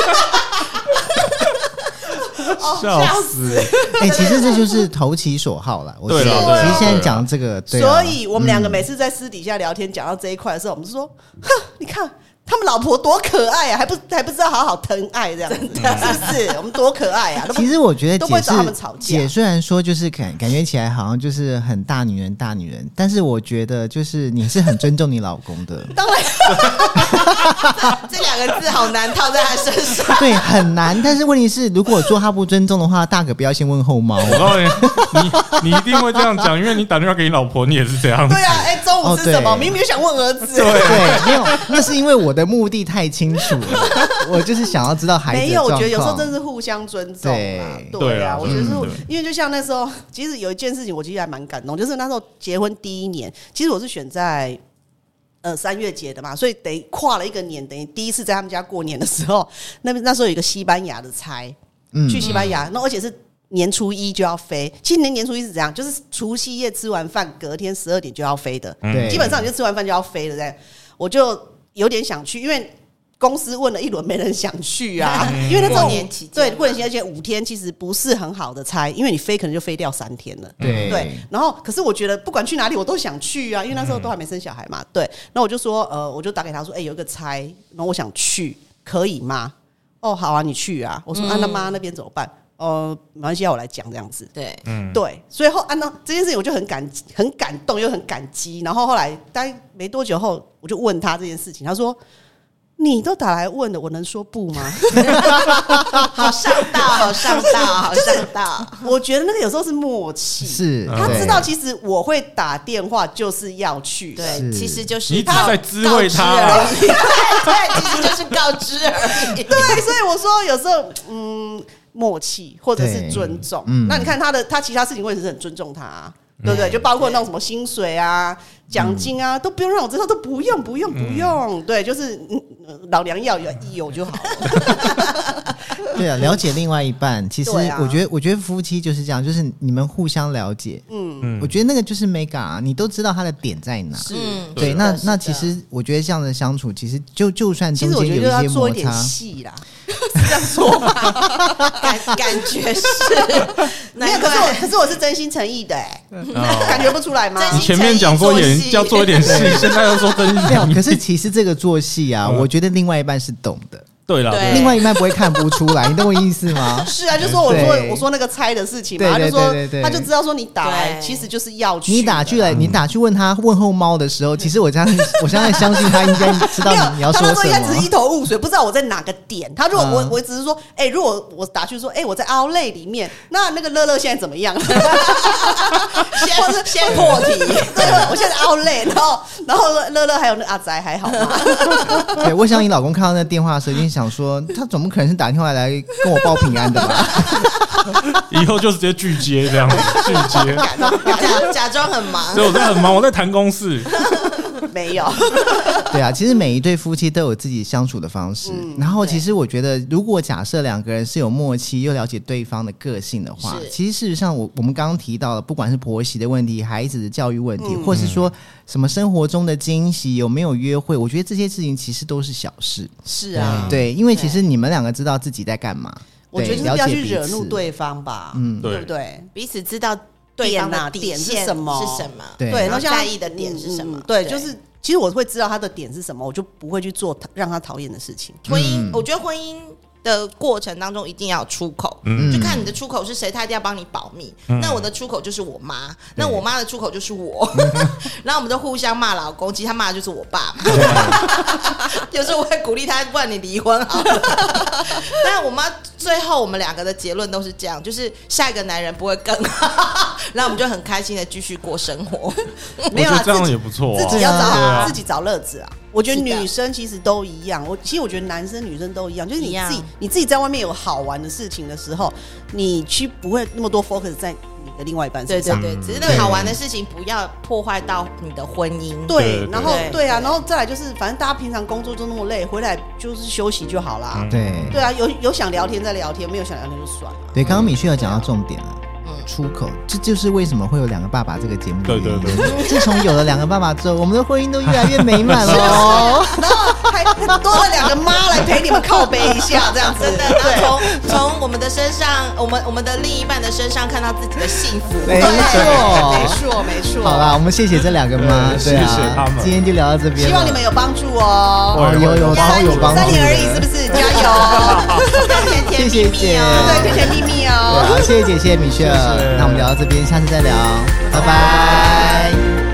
Speaker 2: 笑死，
Speaker 1: 哎，其实这就是投其所好啦。我
Speaker 2: 对
Speaker 1: 觉得
Speaker 2: 啦对啦
Speaker 1: 其实现
Speaker 2: 对
Speaker 1: 在
Speaker 2: 啦
Speaker 1: 讲这个，对啊
Speaker 3: 所以我们两个每次在私底下聊天讲到这一块的时候，我们就说：“哼，你看他们老婆多可爱啊，还不还不知道好好疼爱这样子，是不是？我们多可爱啊！都不
Speaker 1: 其实我觉得
Speaker 3: 都不
Speaker 1: 姐
Speaker 3: 会找他们
Speaker 1: 是
Speaker 3: 吵架
Speaker 1: 姐，虽然说就是感感觉起来好像就是很大女人大女人，但是我觉得就是你是很尊重你老公
Speaker 3: *laughs*
Speaker 1: 的，
Speaker 4: 这两个字好难套在他身
Speaker 1: *laughs*
Speaker 4: 上。
Speaker 1: 对，很难。但是问题是，如果做他不尊重的话，大可不要先问后
Speaker 3: *laughs*
Speaker 1: 妈
Speaker 2: 我告诉你，你你一定会这样讲，因为你打电话给你老婆，你也是这样子
Speaker 3: 对。啊，哎，中午
Speaker 1: 哦
Speaker 3: 吃什么？
Speaker 1: 对
Speaker 3: 明明想问儿子，
Speaker 1: 对，没有，那是因为我的目的太清楚
Speaker 3: *laughs*
Speaker 1: 了，我就是想要知道孩子
Speaker 3: 没
Speaker 1: 的
Speaker 3: 有，
Speaker 1: 状
Speaker 3: 我
Speaker 1: 况。
Speaker 3: 觉得有时候真的是互相尊重啦
Speaker 1: 对。
Speaker 2: 对
Speaker 3: 啊，
Speaker 2: 啊
Speaker 3: 我觉得是
Speaker 2: 嗯
Speaker 3: 互
Speaker 2: 对，
Speaker 3: 因为就像那时候，其实有一件事情，我其实还蛮感动，就是那时候结婚第一年，其实我是选在。呃，三月结的嘛，所以等于跨了一个年，等于第一次在他们家过年的时候，那边那时候有一个西班牙的差，
Speaker 1: 嗯
Speaker 3: 去西班牙，那而且是年初一就要飞。其实年年初一是怎样？就是除夕夜吃完饭，隔天十二点就要飞的，
Speaker 2: 嗯
Speaker 1: 对
Speaker 3: 基本上你就吃完饭就要飞了这样。我就有点想去，因为。公司问了一轮，没人想去啊，
Speaker 4: *laughs*
Speaker 3: 因为那种
Speaker 4: 嗯过年期间
Speaker 3: 对过年期间，而且五天其实不是很好的差，因为你飞可能就飞掉三天
Speaker 4: 嗯
Speaker 3: 了。
Speaker 1: 对
Speaker 3: 对，然后可是我觉得不管去哪里我都想去啊，因为那时候都还没生小孩嘛。对，那我就说呃，我就打给他说，哎、有一个差，然后我想去，可以吗？哦，好啊，你去啊。我说、啊，那
Speaker 4: 嗯
Speaker 3: 妈那边怎么办？哦、没关系啊，我来讲这样子。
Speaker 4: 对，
Speaker 2: 嗯，
Speaker 3: 对，所以后啊，那这件事情我就很感很感动又很感激。然后后来大概没多久后，我就问他这件事情，他说。你都打来问了，我能说不吗？ *laughs*
Speaker 4: 好上道，好上道，
Speaker 2: *laughs*
Speaker 4: 好上道。
Speaker 3: 我觉得那个有时候是默契，
Speaker 1: 是
Speaker 3: 他
Speaker 1: 对
Speaker 3: 知道其实我会打电话就是要去，
Speaker 4: 对，
Speaker 1: 是
Speaker 4: 其实就是
Speaker 2: 你一直
Speaker 4: 告
Speaker 2: 在知会他
Speaker 4: 告
Speaker 2: 啊
Speaker 4: 知而已对，其实就是告知而 *laughs* 已。
Speaker 3: 对，所以我说有时候嗯，默契或者是
Speaker 1: 对
Speaker 3: 尊重。
Speaker 1: 嗯
Speaker 3: 那你看他的他其他事情，我也是很尊重他、啊对不对？就包括那种什么薪水啊、
Speaker 1: 嗯
Speaker 3: 奖金啊，都不用让我知道，都不用，不用，不用。对，就是嗯呃老娘要有
Speaker 1: *laughs*
Speaker 3: 有就好了。 *laughs*
Speaker 1: 对啊，了解另外一半，其实
Speaker 3: 对啊
Speaker 1: 我觉得，我觉得夫妻就是这样，就是你们互相了解。
Speaker 2: 嗯
Speaker 1: 我觉得那个就是 mega，、啊、你都知道他的点在哪。
Speaker 4: 嗯，
Speaker 1: 对，
Speaker 3: 是的
Speaker 1: 那
Speaker 3: 是的
Speaker 1: 那其实我觉得这样的相处，其实就就算
Speaker 3: 其
Speaker 1: 中
Speaker 3: 实我
Speaker 1: 间
Speaker 3: 觉
Speaker 1: 有
Speaker 3: 得要
Speaker 1: 些
Speaker 3: 做
Speaker 1: 摩
Speaker 3: 一点
Speaker 1: 擦，
Speaker 3: 戏啦，是这样说吧。
Speaker 4: 感感觉 *laughs* 是，
Speaker 3: 没有，
Speaker 4: 难
Speaker 3: 可是我
Speaker 4: 怪
Speaker 3: 可是我是真心诚意的、欸，
Speaker 1: 嗯
Speaker 3: *laughs*
Speaker 2: 哦
Speaker 3: 感觉不出来吗？
Speaker 4: 真
Speaker 2: 你
Speaker 4: 心
Speaker 2: 前面讲说
Speaker 4: 做
Speaker 2: 演
Speaker 4: 戏
Speaker 2: 要做一点戏，现在又说真
Speaker 1: *laughs* 没有。
Speaker 2: 心。
Speaker 1: 可是其实这个做戏啊，
Speaker 2: 嗯
Speaker 1: 我觉得另外一半是懂的，
Speaker 2: *laughs* 对了，
Speaker 4: 对
Speaker 1: 另外一半不会看不出来，你懂我意思
Speaker 3: *laughs*
Speaker 1: 吗？
Speaker 3: 是啊，就说我说
Speaker 1: 对
Speaker 3: 我说那个猜的事情嘛，
Speaker 1: 对对
Speaker 3: 他就说
Speaker 1: 对对对
Speaker 3: 他就知道说你打来
Speaker 4: 对
Speaker 3: 其实就是要去的，嗯
Speaker 1: 你打去了，你打去问他问候猫的时候，其实我相信， *laughs* 我相信相信他应该知道
Speaker 3: 没有，
Speaker 1: 你你要
Speaker 3: 他
Speaker 1: 说
Speaker 3: 那时候应
Speaker 1: 什
Speaker 3: 该只是
Speaker 1: 么。
Speaker 3: 一头雾水，不知道我在哪个点。他如果我、
Speaker 1: 嗯
Speaker 3: 我只是说，哎、如果我打去说，哎、我在 o u t 里面，那那个乐乐现在怎么样？先先破题，对，我现在 o u t 然后然后乐乐还有那阿宅还好 *laughs* 吗？
Speaker 1: 对，我想你老公看到那电话的时候，一定想说，他怎么可能是打电话来跟我报平安的吧？
Speaker 2: 以后就直接拒接这样，拒接。
Speaker 4: 假假装很忙
Speaker 2: 所。以我在很忙，我在谈公事。
Speaker 3: *laughs* 没有， *laughs*
Speaker 1: 对啊，其实每一对夫妻都有自己相处的方式。
Speaker 3: 嗯
Speaker 1: 然后，其实我觉得，如果假设两个人是有默契又了解对方的个性的话
Speaker 4: 是，
Speaker 1: 其实事实上我，我们刚刚提到了，不管是婆媳的问题、孩子的教育问
Speaker 3: 嗯
Speaker 1: 题，或是说什么生活中的惊喜有没有约会，我觉得这些事情其实都是小事。
Speaker 3: 是啊，
Speaker 1: 对，因为其实你们两个知道自己在干嘛。
Speaker 3: 我觉得
Speaker 1: 对
Speaker 3: 就是
Speaker 1: 了
Speaker 3: 不要
Speaker 1: 解
Speaker 3: 去
Speaker 1: 彼
Speaker 3: 惹怒
Speaker 1: 此
Speaker 3: 对方吧，嗯，对不对？
Speaker 4: 彼此知道对方
Speaker 3: 点啊
Speaker 4: 的底
Speaker 3: 点是
Speaker 4: 线
Speaker 3: 什么
Speaker 4: 是什么？
Speaker 1: 对
Speaker 3: 对，然后
Speaker 4: 然后
Speaker 3: 像
Speaker 4: 在意的点是什么
Speaker 3: 嗯嗯对，
Speaker 4: 对
Speaker 3: 就是其实我会知道他的点是什么，我就不会去做他让他讨厌的事情。
Speaker 4: 婚
Speaker 2: 嗯
Speaker 4: 姻，我觉得婚姻的过程当中一定要有出口，
Speaker 2: 嗯
Speaker 4: 就看你的出口是谁，他一定要帮你保密。那我的出口就是我妈，那我妈的出口就是我，
Speaker 2: *laughs*
Speaker 4: 然后我们就互相骂老公，其实他骂的就是我爸嘛。 *laughs* 有时候我会鼓励他，不然你离婚好了。 *laughs* 但我妈最后我们两个的结论都是这样，就是下一个男人不会更好， *laughs* 然后我们就很开心的继续过生活。
Speaker 2: 我觉得这样也不错
Speaker 3: 自
Speaker 2: 啊
Speaker 3: 己。要找、
Speaker 1: 对
Speaker 2: 啊
Speaker 3: 自己找乐子啊。我觉得
Speaker 4: 是的
Speaker 3: 女生其实都一样，我其实我觉得男生女生都一样，就是你
Speaker 4: 一样
Speaker 3: 自己你自己在外面有好玩的事情的时候，你去不会那么多 focus 在你的另外一半
Speaker 4: 对
Speaker 3: 身
Speaker 4: 对
Speaker 3: 上。
Speaker 4: 对，
Speaker 2: 嗯
Speaker 4: 只是那个好玩的事情不要破坏到你的婚姻。
Speaker 2: 对对
Speaker 3: 然后
Speaker 4: 对
Speaker 3: 对啊，然后再来就是，反正大家平常工作就那么累，回来就是休息就好啦。
Speaker 2: 嗯
Speaker 1: 对
Speaker 3: 对啊，有有想聊天再聊天，没有想聊天就算了。
Speaker 1: 对，刚刚米旭有讲到重点了。
Speaker 4: 嗯
Speaker 1: 出口，这就是为什么会有两个爸爸这个节目。
Speaker 2: 对对对，
Speaker 1: *laughs*
Speaker 3: *laughs*
Speaker 1: 自从有了两个爸爸之后，我们的婚姻都越来越美满了哦。
Speaker 3: 然后还多了两个妈来陪你们靠背一下，这样子
Speaker 4: 真的，然后从从我们的身上，我们我们的另一半的身上看到自己的幸福。
Speaker 1: 没
Speaker 3: 没
Speaker 1: 错。
Speaker 3: 错，没错。
Speaker 1: 好啦，我们谢谢这两个妈，
Speaker 2: 对
Speaker 1: 对啊，
Speaker 2: 谢谢他们
Speaker 1: 今天就聊到这边了，
Speaker 3: 希望你们有帮助哦。
Speaker 1: 哦有有超有帮助的，
Speaker 3: 三零而已，是不是？加
Speaker 1: *laughs*
Speaker 3: 油！
Speaker 4: 甜甜
Speaker 1: 谢谢
Speaker 4: 蜜哦蜜
Speaker 1: 姐
Speaker 4: 哦。
Speaker 3: 对，甜甜蜜蜜哦。
Speaker 1: 对啊，谢谢姐，谢谢米雪儿，那我们聊到这边，下次再聊，拜拜